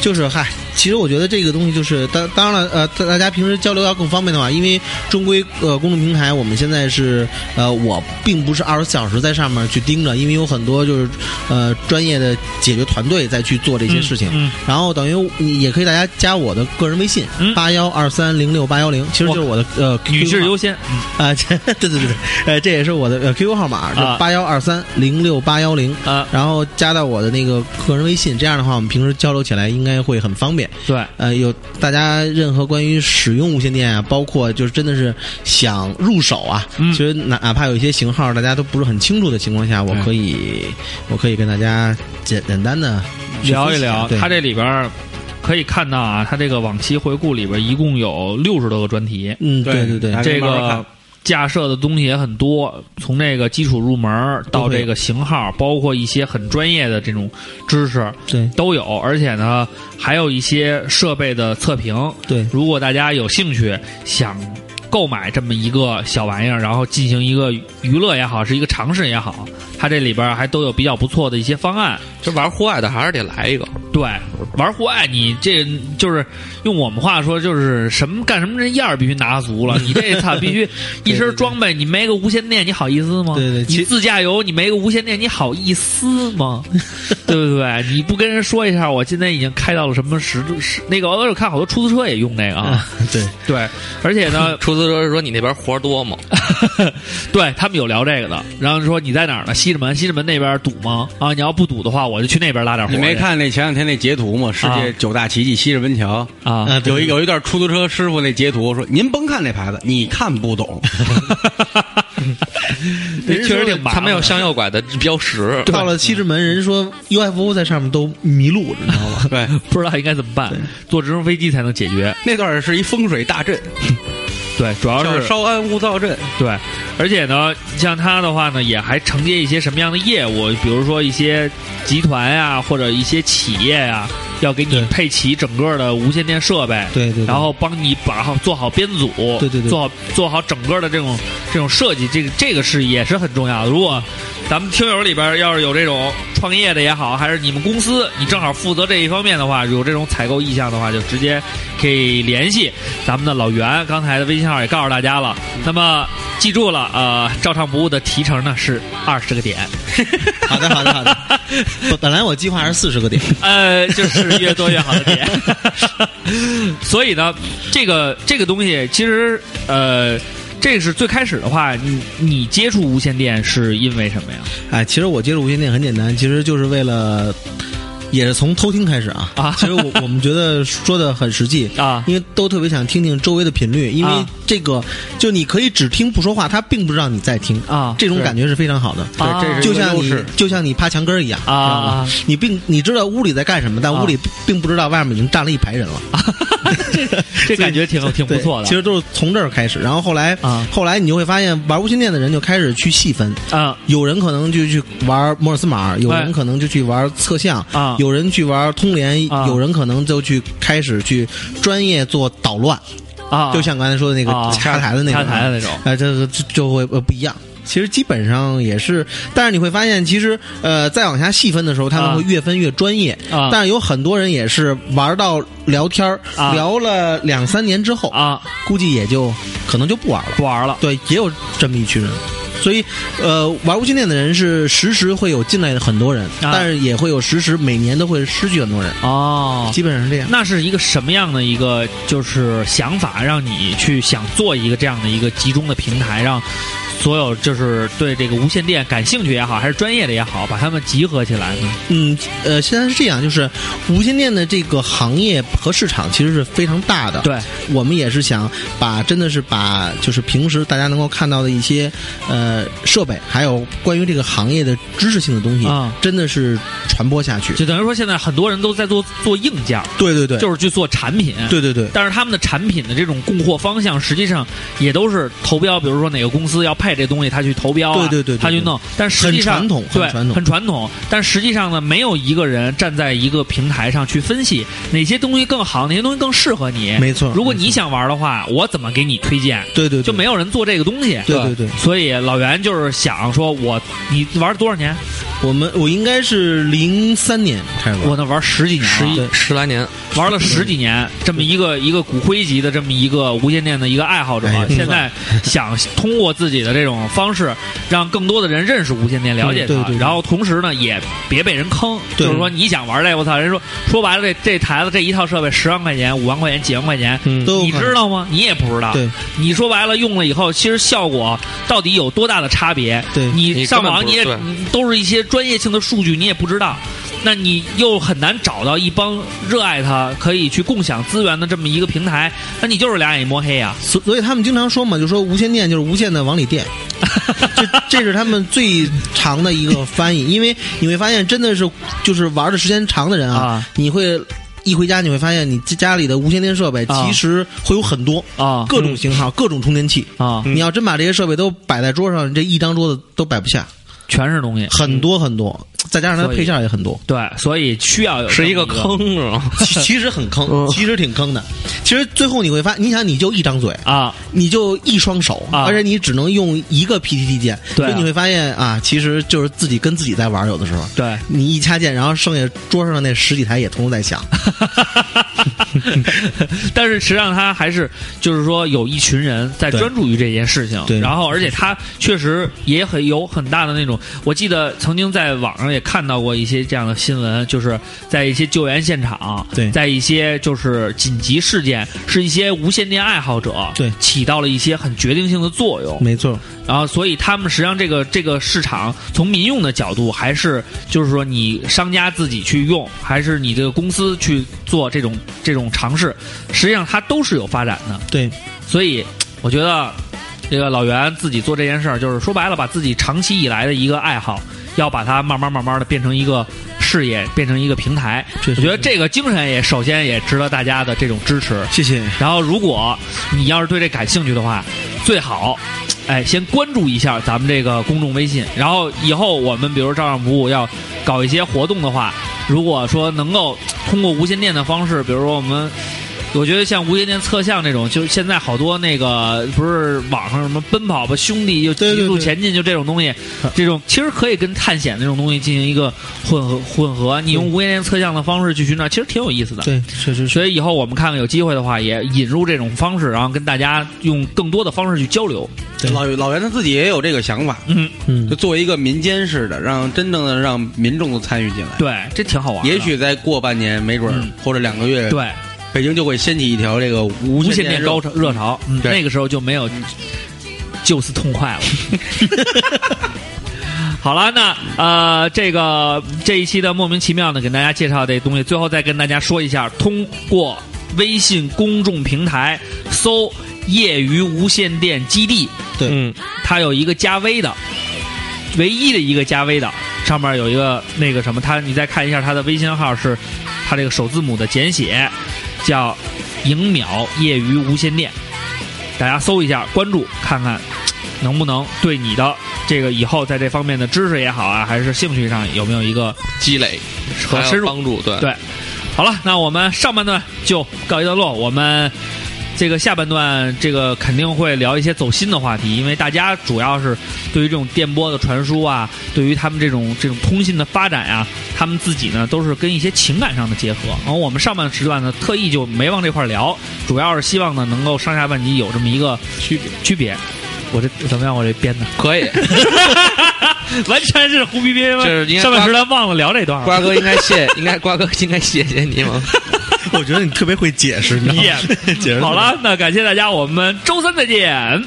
就是嗨，其实我觉得这个东西就是当当然了，呃，大大家平时交流要更方便的话，因为终归呃公众平台我们现在是呃我并不是二十四小时在上面去盯着，因为有很多就是呃专业的解决团队在去做这些事情。嗯然后等于你也可以大家加我的个人微信嗯八幺二三零六八幺零，其实就是我的呃女 QQ 士号优先，啊，这 对对对对，呃这也是我的呃 QQ 号码，啊就八幺二三零六八幺零啊，然后加到我的那个个人微信，这样的话，我们平时交流起来应该会很方便。对，呃，有大家任何关于使用无线电啊，包括就是真的是想入手啊，嗯其实哪哪怕有一些型号大家都不是很清楚的情况下，我嗯可以我可以跟大家简简单的聊一聊，它这里边儿可以看到啊，它这个往期回顾里边儿一共有六十多个专题，嗯，对对对对，这慢慢个看架设的东西也很多，从这个基础入门儿到这个型号，包括一些很专业的这种知识对都有，而且呢，还有一些设备的测评。对如果大家有兴趣想购买这么一个小玩意儿，然后进行一个娱乐也好，是一个尝试也好，它这里边儿还都有比较不错的一些方案。这玩户外的还是得来一个。对，玩户外你这就是用我们话说，就是什么干什么这样儿必须拿足 了。你这操必须一身装备，你没个无线电，你好意思吗？对对其你自驾游你没个无线电，你好意思 吗？对不对？你不跟人说一下，我今天已经开到了什么时度时那个，我有看好多出租车也用那个啊。对对，而且呢， 出租车说你那边活儿多吗？对他们有聊这个的，然后说你在哪儿呢？西直门，西直门那边堵吗？啊，你要不堵的话，我就去那边拉点活你去。没看那前两天天那截图嘛，世界啊九大奇迹西日温桥啊啊对有一有一段出租车师傅那截图说：“您甭看那牌子，你看不 懂。这确实挺麻烦的他没有向右拐的标识，到了西直门，人说 UFO 在上面都迷路，你知道吗？”对，不知道应该怎么办，坐直升飞机才能解决。那段是一风水大阵，对，主要叫是稍安勿躁阵。对，而且呢，像他的话呢，也还承接一些什么样的业务，比如说一些集团呀、或者一些企业呀、要给你对配齐整个的无线电设备，对对对然后帮你把好做好编组，对对对做好做好整个的这种这种设计，这个这个是也是很重要的。如果咱们听友里边要是有这种创业的也好，还是你们公司你正好负责这一方面的话，有这种采购意向的话，就直接可以联系咱们的老袁。刚才的微信号也告诉大家了。那么记住了，呃，照常不误的提成呢是二十个点。好的，好 的，好的。不本来我计划是四十个点，呃，就是越多越好的 点。所以呢，这个这个东西其实呃，这是最开始的话，你你接触无线电是因为什么呀？哎，其实我接触无线电很简单，其实就是为了，也是从偷听开始啊。啊其 实我我们觉得说的很实际啊因为都特别想听听周围的频率，因为啊这个、就你可以只听不说话，他并不知道你在听啊这种对感觉是非常好的。啊对，这是就一个像优你势。就像你趴墙根儿一样啊知道吗啊你并你知道屋里在干什么，但啊屋里并不知道外面已经站了一排人了。这感觉挺挺不对错的。其实都是从这儿开始，然后后来啊后来你就会发现，玩无线电的人就开始去细分，啊有人可能就去玩摩尔斯码，有人可能就去玩测向，哎啊有人去玩通联，啊有人可能就去开始去专业做捣乱，啊，就像刚才说的那个啊掐台的那插种，台的那种。哎，这个就就会呃不一样。其实基本上也是，但是你会发现，其实呃，再往下细分的时候，他啊们会越分越专业。啊但是有很多人也是玩到聊天儿、啊聊了两三年之后，啊，估计也就可能就不玩了。不玩了对，也有这么一群人。所以，呃，玩无线电的人是时时会有进来的很多人，啊但是也会有时时每年都会失去很多人，哦。基本上是这样。那是一个什么样的一个就是想法，让你去想做一个这样的一个集中的平台，让所有就是对这个无线电感兴趣也好，还是专业的也好，把他们集合起来呢？嗯，呃，现在是这样，就是无线电的这个行业和市场其实是非常大的。，对，我们也是想把真的是把就是平时大家能够看到的一些呃设备，还有关于这个行业的知识性的东西，啊真的是传播下去。就等于说现在很多人都在做做硬件，对对对，就是去做产品。对对对。但是他们的产品的这种供货方向，实际上也都是投标，比如说哪个公司要配这东西，他去投标、啊，对对对对他去弄。但实际上很传统对，很传统很传统。但实际上呢，没有一个人站在一个平台上去分析哪些东西更好，哪些东西更适合你。没错如果没错你想玩的话，我怎么给你推荐？对对对就没有人做这个东西。对对对所以老袁就是想说我，你玩了多少年？我们我应该是零三年开始玩，我那玩十几年了，十一对十来年，玩了十几年，这么一个一个骨灰级的这么一个无线电的一个爱好者哎呀，现在想通过自己的这种方式，让更多的人认识无线电，了解对它对对，对然后同时呢，也别被人坑。对就是说，你想玩这，我操，人说说白了，这这台子这一套设备十万块钱、五万块钱、几万块钱，嗯都有你可能知道吗？你也不知道。对你说白了，用了以后，其实效果到底有多大的差别？对你你上根本网不你也对你都是一些专业性的数据，你也不知道。那你又很难找到一帮热爱它、可以去共享资源的这么一个平台，那你就是两眼一摸黑 啊！所所以他们经常说嘛，就说无线电就是无限的往里电， 这这是他们最长的一个翻译。因为你会发现，真的是就是玩的时间长的人啊，啊你会一回家你会发现，你家家里的无线电设备啊其实会有很多啊各种型号、各种充电器。啊，你要真把这些设备都摆在桌上，这一张桌子都摆不下，全是东西。很多很多，再加上它嗯所以配件也很多。对，所以需要有是一一个坑是吗？其其实很 嗯坑，其实挺坑的。其实最后你会发，你想你就一张嘴，啊！你就一双手，啊而且你只能用一个 PTT 键，对啊所以你会发现啊，其实就是自己跟自己在玩，有的时候。对，你一掐键，然后剩下桌上的那十几台也同时在响。但是实际上他还是就是说有一群人在对专注于这件事情，对然后而且他确实也很有很大的那种，我记得曾经在网上也看到过一些这样的新闻，就是在一些救援现场，对在一些就是紧急事件，是一些无线电爱好者对起到了一些很决定性的作用。没错，然后，啊所以他们实际上这个这个市场从民用的角度，还是就是说你商家自己去用，还是你这个公司去做这种这种尝试，实际上它都是有发展的。对，所以我觉得这个老袁自己做这件事儿，就是说白了，把自己长期以来的一个爱好，要把它慢慢慢慢的变成一个事业，变成一个平台。确我实觉得这个精神也首先也值得大家的这种支持。谢谢。然后，如果你要是对这感兴趣的话，最好，哎，先关注一下咱们这个公众微信。然后以后我们比如照相服务要搞一些活动的话，如果说能够通过无线电的方式，比如说我们。我觉得像无线电测向这种，就是现在好多那个不是网上什么奔跑吧兄弟，就对极对速对前进，就这种东西，这种其实可以跟探险这种东西进行一个混合混合。啊你用无线电测向的方式去寻找，其实挺有意思的。对，确实是。所以以后我们看看有机会的话，也引入这种方式，然后跟大家用更多的方式去交流。对老老袁他自己也有这个想法，嗯，嗯就，作为一个民间式的，让真正的让民众都参与进来。对，这挺好玩的。也许再过半年，没准儿嗯或者两个月，对北京就会掀起一条这个无无线线电热高潮热潮，嗯对那个时候就没有就此痛快了。 好了，那呃，这个这一期的莫名其妙呢，给大家介绍这东西，最后再跟大家说一下，通过微信公众平台搜“业余无线电基地”，对嗯，它有一个加微的，唯一的一个加微的，上面有一个那个什么，它你再看一下它的微信号是它这个首字母的简写，叫“影秒业余无线电”，大家搜一下，关注看看能不能对你的这个以后在这方面的知识也好啊，还是兴趣上有没有一个积累和还有深入帮助，对对，好了，那我们上半段就告一段落，我们。这个下半段，这个肯定会聊一些走心的话题，因为大家主要是对于这种电波的传输啊，对于他们这种这种通信的发展啊，他们自己呢都是跟一些情感上的结合。然后我们上半时段呢，特意就没往这块儿聊，主要是希望呢能够上下半集有这么一个区别区别。我这怎么样？我这编的可以。完全是胡逼编吗？这是应该上半时段忘了聊这段了。 瓜哥应该谢，应该瓜哥应该谢谢你吗？我觉得你特别会解释，你你知也 道吗？解释好了，那感谢大家，我们周三再见。